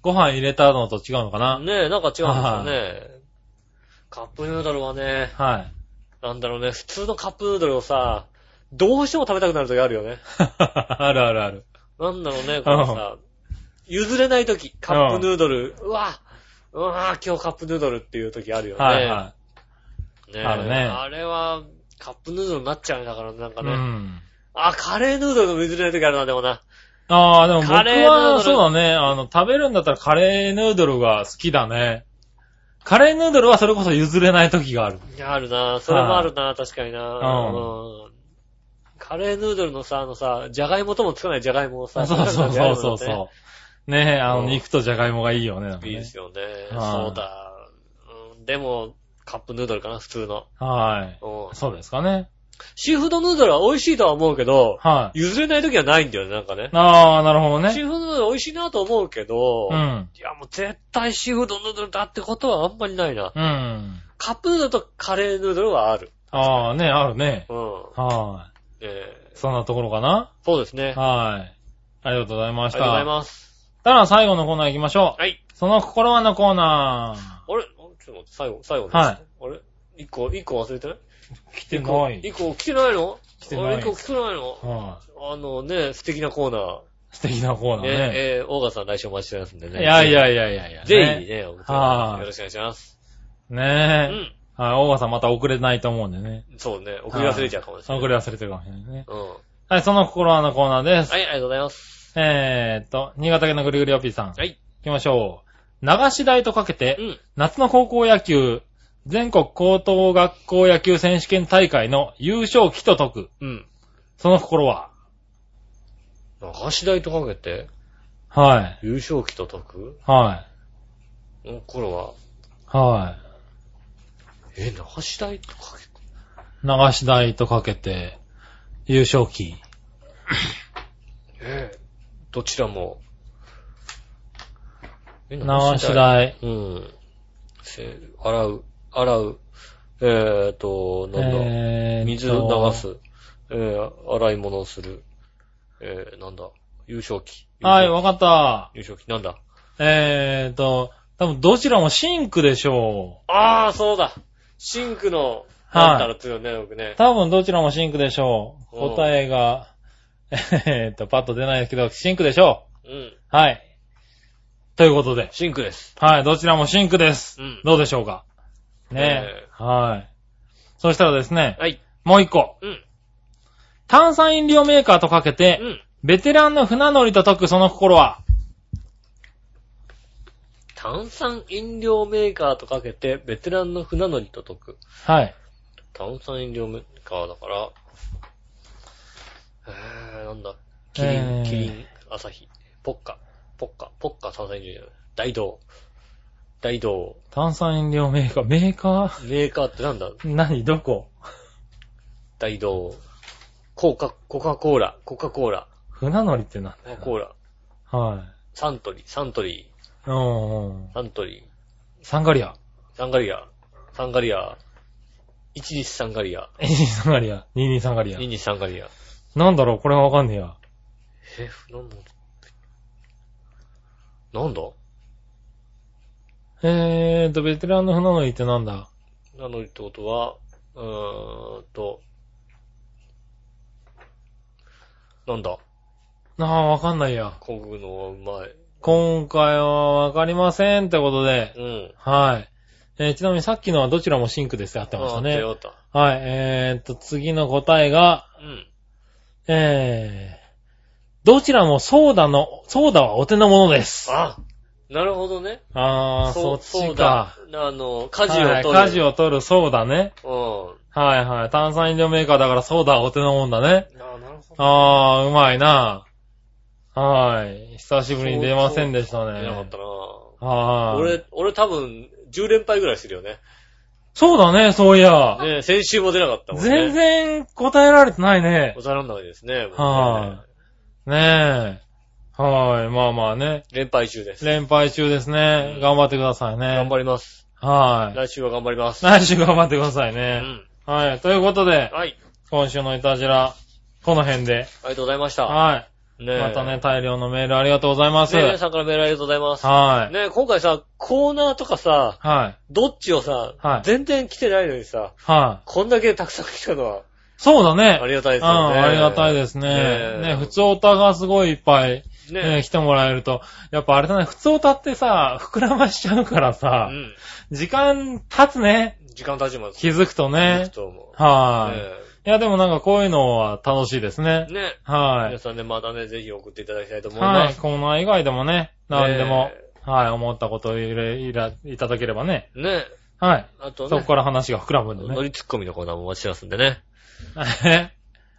Speaker 3: ご飯入れたのと違うのかない
Speaker 2: ねえ、なんか違うんですよね。カップヌードルはね、
Speaker 3: はい。
Speaker 2: なんだろうね、普通のカップヌードルをさ、どうしても食べたくなる時あるよね。
Speaker 3: あるあるある。
Speaker 2: なんだろうね、このさ、譲れない時、カップヌードル、うわ、うわ、今日カップヌードルっていう時あるよね。
Speaker 3: はいは
Speaker 2: ねえ
Speaker 3: あるね
Speaker 2: あれは、カップヌードルになっちゃうんだから、なんか
Speaker 3: い。う
Speaker 2: ね。
Speaker 3: ん。
Speaker 2: あ、カレーヌードルの譲れない時あるな、でもな。
Speaker 3: ああ、でも僕
Speaker 2: カレーヌード
Speaker 3: は、
Speaker 2: ル
Speaker 3: そうだね。あの、食べるんだったらカレーヌードルが好きだね。カレーヌードルはそれこそ譲れない時がある。
Speaker 2: いやあるな、それもあるな、確かにな。
Speaker 3: うん
Speaker 2: うんカレーヌードルのさ、あのさ、じゃがいもともつかないじゃがいもをさ、
Speaker 3: そうそうそうそ
Speaker 2: ね
Speaker 3: うそうそう。ねえ、あ
Speaker 2: う
Speaker 3: の、
Speaker 2: ん
Speaker 3: 肉とじゃがいもがいいよね。なんかね
Speaker 2: いいですよね。
Speaker 3: はい
Speaker 2: そうだ。うんでも、カップヌードルかな、普通の。
Speaker 3: はい。
Speaker 2: うん
Speaker 3: そうですかね。
Speaker 2: シーフードヌードルは美味しいとは思うけど、
Speaker 3: はい。
Speaker 2: 譲れない時はないんだよね、なんかね。
Speaker 3: ああ、なるほど
Speaker 2: シ
Speaker 3: ね。
Speaker 2: ーフードヌードル美味しいなと思うけど、
Speaker 3: うん。
Speaker 2: いやもう絶対シーフードヌードルだってことはあんまりないな。
Speaker 3: うん。
Speaker 2: カップヌードルとカレーヌードルはある。
Speaker 3: ああ、ね、あるね。
Speaker 2: うん。
Speaker 3: は
Speaker 2: え
Speaker 3: い。
Speaker 2: ー
Speaker 3: そんなところかな。
Speaker 2: そうですね。あ
Speaker 3: はい。ありがとうございま
Speaker 2: り
Speaker 3: した。
Speaker 2: がとうございます。
Speaker 3: ただ最後のコーナー行きましょう。
Speaker 2: はい。
Speaker 3: その心はのコーナ
Speaker 2: あれちょっと待って、最後、最後です。
Speaker 3: はい
Speaker 2: あれ一個、一個忘れてない
Speaker 3: ー。来てない。
Speaker 2: 一個来てないの
Speaker 3: 来てない
Speaker 2: あれ一個来てないの
Speaker 3: は
Speaker 2: あのね、素敵なコーナー。
Speaker 3: い。素敵なコーナー
Speaker 2: ね
Speaker 3: ね。
Speaker 2: えー、オーガさん来週お待ちしてますんで
Speaker 3: い
Speaker 2: ね。
Speaker 3: やいやいやいやいや。
Speaker 2: ぜひね、お送ってくださ
Speaker 3: はい
Speaker 2: いよろしくお願いします。う
Speaker 3: ね。ね
Speaker 2: ん。
Speaker 3: え。はい、大川さんまた遅れないと思うんでね。
Speaker 2: そうね、送り忘れちゃうかもしれない。
Speaker 3: 遅れ忘れてるかもしれないね。
Speaker 2: うん。はい、
Speaker 3: はい、その心はのコーナーです。
Speaker 2: ありがとうございます。
Speaker 3: えーっと、新潟県のぐりぐりおっぴーさん。
Speaker 2: はい。
Speaker 3: 行きましょう。流し台とかけて、
Speaker 2: うん。
Speaker 3: 夏の高校野球、全国高等学校野球選手権大会の優勝旗と解く。
Speaker 2: うん。
Speaker 3: その心は
Speaker 2: 流し台とかけて、
Speaker 3: はい。
Speaker 2: 優勝旗と解く
Speaker 3: はい。
Speaker 2: の頃は、
Speaker 3: は
Speaker 2: え、流し台とかけて、
Speaker 3: い。流し台とかけて、優勝旗。
Speaker 2: ええどちらも。え
Speaker 3: 流し。台。
Speaker 2: うん。せ、洗う、洗う。えーと、なんだ。
Speaker 3: えーっと
Speaker 2: 水を流。す。えー、洗い物をする。えー、なんだ。優勝期。
Speaker 3: はい、
Speaker 2: 優勝
Speaker 3: わかった。
Speaker 2: 優勝期、なんだ。
Speaker 3: えーっと、多分どちらもシンクでしょ
Speaker 2: あー、そうだ。シンクの、
Speaker 3: はい
Speaker 2: なんだろうっていうのね、僕
Speaker 3: う。
Speaker 2: ね。
Speaker 3: 多分どちらもシンクでしょう。
Speaker 2: うん
Speaker 3: 答えが、 えーっと、パッと出ないですけど、シンクでしょ
Speaker 2: うん。
Speaker 3: う。はい。ということで。
Speaker 2: シンクです。
Speaker 3: はい、どちらもシンクです。
Speaker 2: うん
Speaker 3: どうでしょうかね
Speaker 2: え
Speaker 3: え。はい。そしたらですね、
Speaker 2: はい。
Speaker 3: もう一個。
Speaker 2: うん。
Speaker 3: 炭酸飲料メーカーとかけて
Speaker 2: う、ん。
Speaker 3: ベテランの船乗りと解くその心は
Speaker 2: 炭酸飲料メーカーとかけて、ベテランの船乗りと解く。
Speaker 3: はい。
Speaker 2: 炭酸飲料メーカーだから、えー、なんだ。キ
Speaker 3: え
Speaker 2: リ
Speaker 3: ー
Speaker 2: ン、キリン、アサヒ、ポッカ、ポッカ、ポッカ炭酸飲料じゃない。大道。大道。
Speaker 3: 炭酸飲料メーカー、メーカ
Speaker 2: メーカーってなんだ
Speaker 3: ー何どこ
Speaker 2: 大道。コカ、コカ・コーラ、コカ・コーラ、
Speaker 3: 船乗りってなん
Speaker 2: コ
Speaker 3: だ
Speaker 2: カ・
Speaker 3: よ
Speaker 2: コーラ、
Speaker 3: な。はい。
Speaker 2: サントリー、サントリ
Speaker 3: うんうん。
Speaker 2: ー、サントリー、
Speaker 3: サンガリア。
Speaker 2: サンガリア、サンガリア、一日三ガリア。
Speaker 3: 123ガリア。223ガリア
Speaker 2: 二。日三ガリア。
Speaker 3: なんだろうこれがわかんねえや。
Speaker 2: え、なんだなんだ
Speaker 3: えーと、ベテランの船乗りってなんだ
Speaker 2: なのにってことは、うーんと、なんだ
Speaker 3: なあ、わかんないや。
Speaker 2: コングのはうまい。
Speaker 3: 今回はわかりませんってことで。
Speaker 2: うん。
Speaker 3: はい。えーちなみにさっきのはどちらもシンクですってやってました
Speaker 2: あ
Speaker 3: ね
Speaker 2: 手。渡
Speaker 3: はい。えーっと、次の答えが、
Speaker 2: うん。
Speaker 3: えー、どちらもソーダの、ソーダはお手のものです。
Speaker 2: あなるほどね。
Speaker 3: あー、そっ
Speaker 2: そう
Speaker 3: ち
Speaker 2: だ
Speaker 3: か。。
Speaker 2: あの、家事を取る。
Speaker 3: はい、舵を取るソーダね。
Speaker 2: を。
Speaker 3: はいはい。炭酸飲料メーカーだからソーダはお手のもんだね。
Speaker 2: うん。ああ、なるほど。
Speaker 3: あー、うまいな。はい。久しぶりに出ませんでしたね。
Speaker 2: 出なかったな
Speaker 3: はーい。
Speaker 2: 俺、俺多分、10連敗ぐらいしてるよね。
Speaker 3: そうだね、そういや。
Speaker 2: ね先週も出なかったもんね。
Speaker 3: 全。然答えられてないね
Speaker 2: お。皿の中ですね。もうね
Speaker 3: はねえ。はい。まあまあね。
Speaker 2: 連敗中です。
Speaker 3: 連敗中ですね
Speaker 2: うん。
Speaker 3: 頑張ってくださいね。
Speaker 2: 頑張ります。
Speaker 3: はい。
Speaker 2: 来週は頑張ります。
Speaker 3: 来週頑張ってくださいうね。
Speaker 2: ん。
Speaker 3: はい。ということで、
Speaker 2: はい。
Speaker 3: 今週のいたじら、この辺で。
Speaker 2: ありがとうございました。
Speaker 3: は
Speaker 2: ね
Speaker 3: い。
Speaker 2: え
Speaker 3: またね、大量のメールありがとうございます。
Speaker 2: ねえ皆
Speaker 3: はい。
Speaker 2: さんからメールありがとうございます。
Speaker 3: はい。
Speaker 2: ねえ今回さ、コーナーとかさ、
Speaker 3: はい。
Speaker 2: どっちをさ、
Speaker 3: はい
Speaker 2: 全然来てないのにさ、こんだけたくさん来たのは、
Speaker 3: そうだね。
Speaker 2: ありがたいです
Speaker 3: うん、
Speaker 2: よね。
Speaker 3: ありがたいですね。
Speaker 2: ねえ
Speaker 3: ね、普通オタがすごいいっぱい、
Speaker 2: ね
Speaker 3: ね、来てもらえると、やっぱあれだね、普通オタってさ、膨らましちゃうからさ
Speaker 2: う、ん。
Speaker 3: 時間経つね、
Speaker 2: 時間経ちます。
Speaker 3: 気づくと
Speaker 2: ね
Speaker 3: ね。
Speaker 2: と思う。
Speaker 3: はい。
Speaker 2: ね
Speaker 3: いや、でもなんかこういうのは楽しいですね
Speaker 2: え。ね
Speaker 3: は
Speaker 2: 皆
Speaker 3: い。
Speaker 2: さんね、またね、ぜひ送っていただきたいと思い
Speaker 3: は
Speaker 2: ま
Speaker 3: い。
Speaker 2: す。
Speaker 3: コーナー以外でもね、何でも
Speaker 2: ね、
Speaker 3: はい、思ったことをいれいらいただければね。
Speaker 2: ねえ
Speaker 3: はい。
Speaker 2: あと
Speaker 3: そこ
Speaker 2: ね、
Speaker 3: から話が膨らむんで
Speaker 2: 乗
Speaker 3: ね。
Speaker 2: りツッコミのコーナーもお待ちしてますんでね。
Speaker 3: え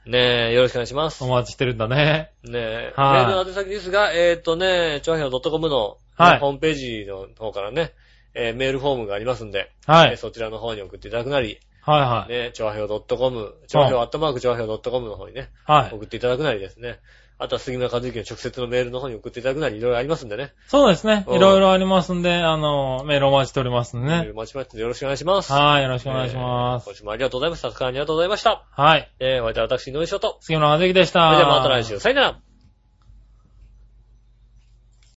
Speaker 2: ねえ、よろしくお願いします。
Speaker 3: お
Speaker 2: ね
Speaker 3: 待ちしてるんだね。
Speaker 2: え、メ
Speaker 3: はい
Speaker 2: ールの宛先ですが、えっとね、長編の .com の
Speaker 3: はい
Speaker 2: ホームページの方からね、えーメールフォームがありますんで、
Speaker 3: は
Speaker 2: えー
Speaker 3: い。
Speaker 2: そちらの方に送っていただくなり、
Speaker 3: はいはい。
Speaker 2: ね、調和表 .com、調和表アットマーク調和表 .com の方にね、
Speaker 3: はい。
Speaker 2: 送っていただくなりですね。あとは杉村和之の直接のメールの方に送っていただくなり、いろいろありますんでね。
Speaker 3: そうですね。
Speaker 2: うん
Speaker 3: いろいろありますんで、あの、メールお待ちしておりますんで
Speaker 2: メー
Speaker 3: ね。
Speaker 2: ル待ち待ちでよろしくお願いします。
Speaker 3: はい。よろしくお願いしま
Speaker 2: えー
Speaker 3: す
Speaker 2: 今。週もありがとうございました。たくさんありがとうございました。
Speaker 3: はい。
Speaker 2: えー、お相手は私、井上翔と。
Speaker 3: 杉村和之でし
Speaker 2: そ
Speaker 3: た。
Speaker 2: れではまた来週。さよなら。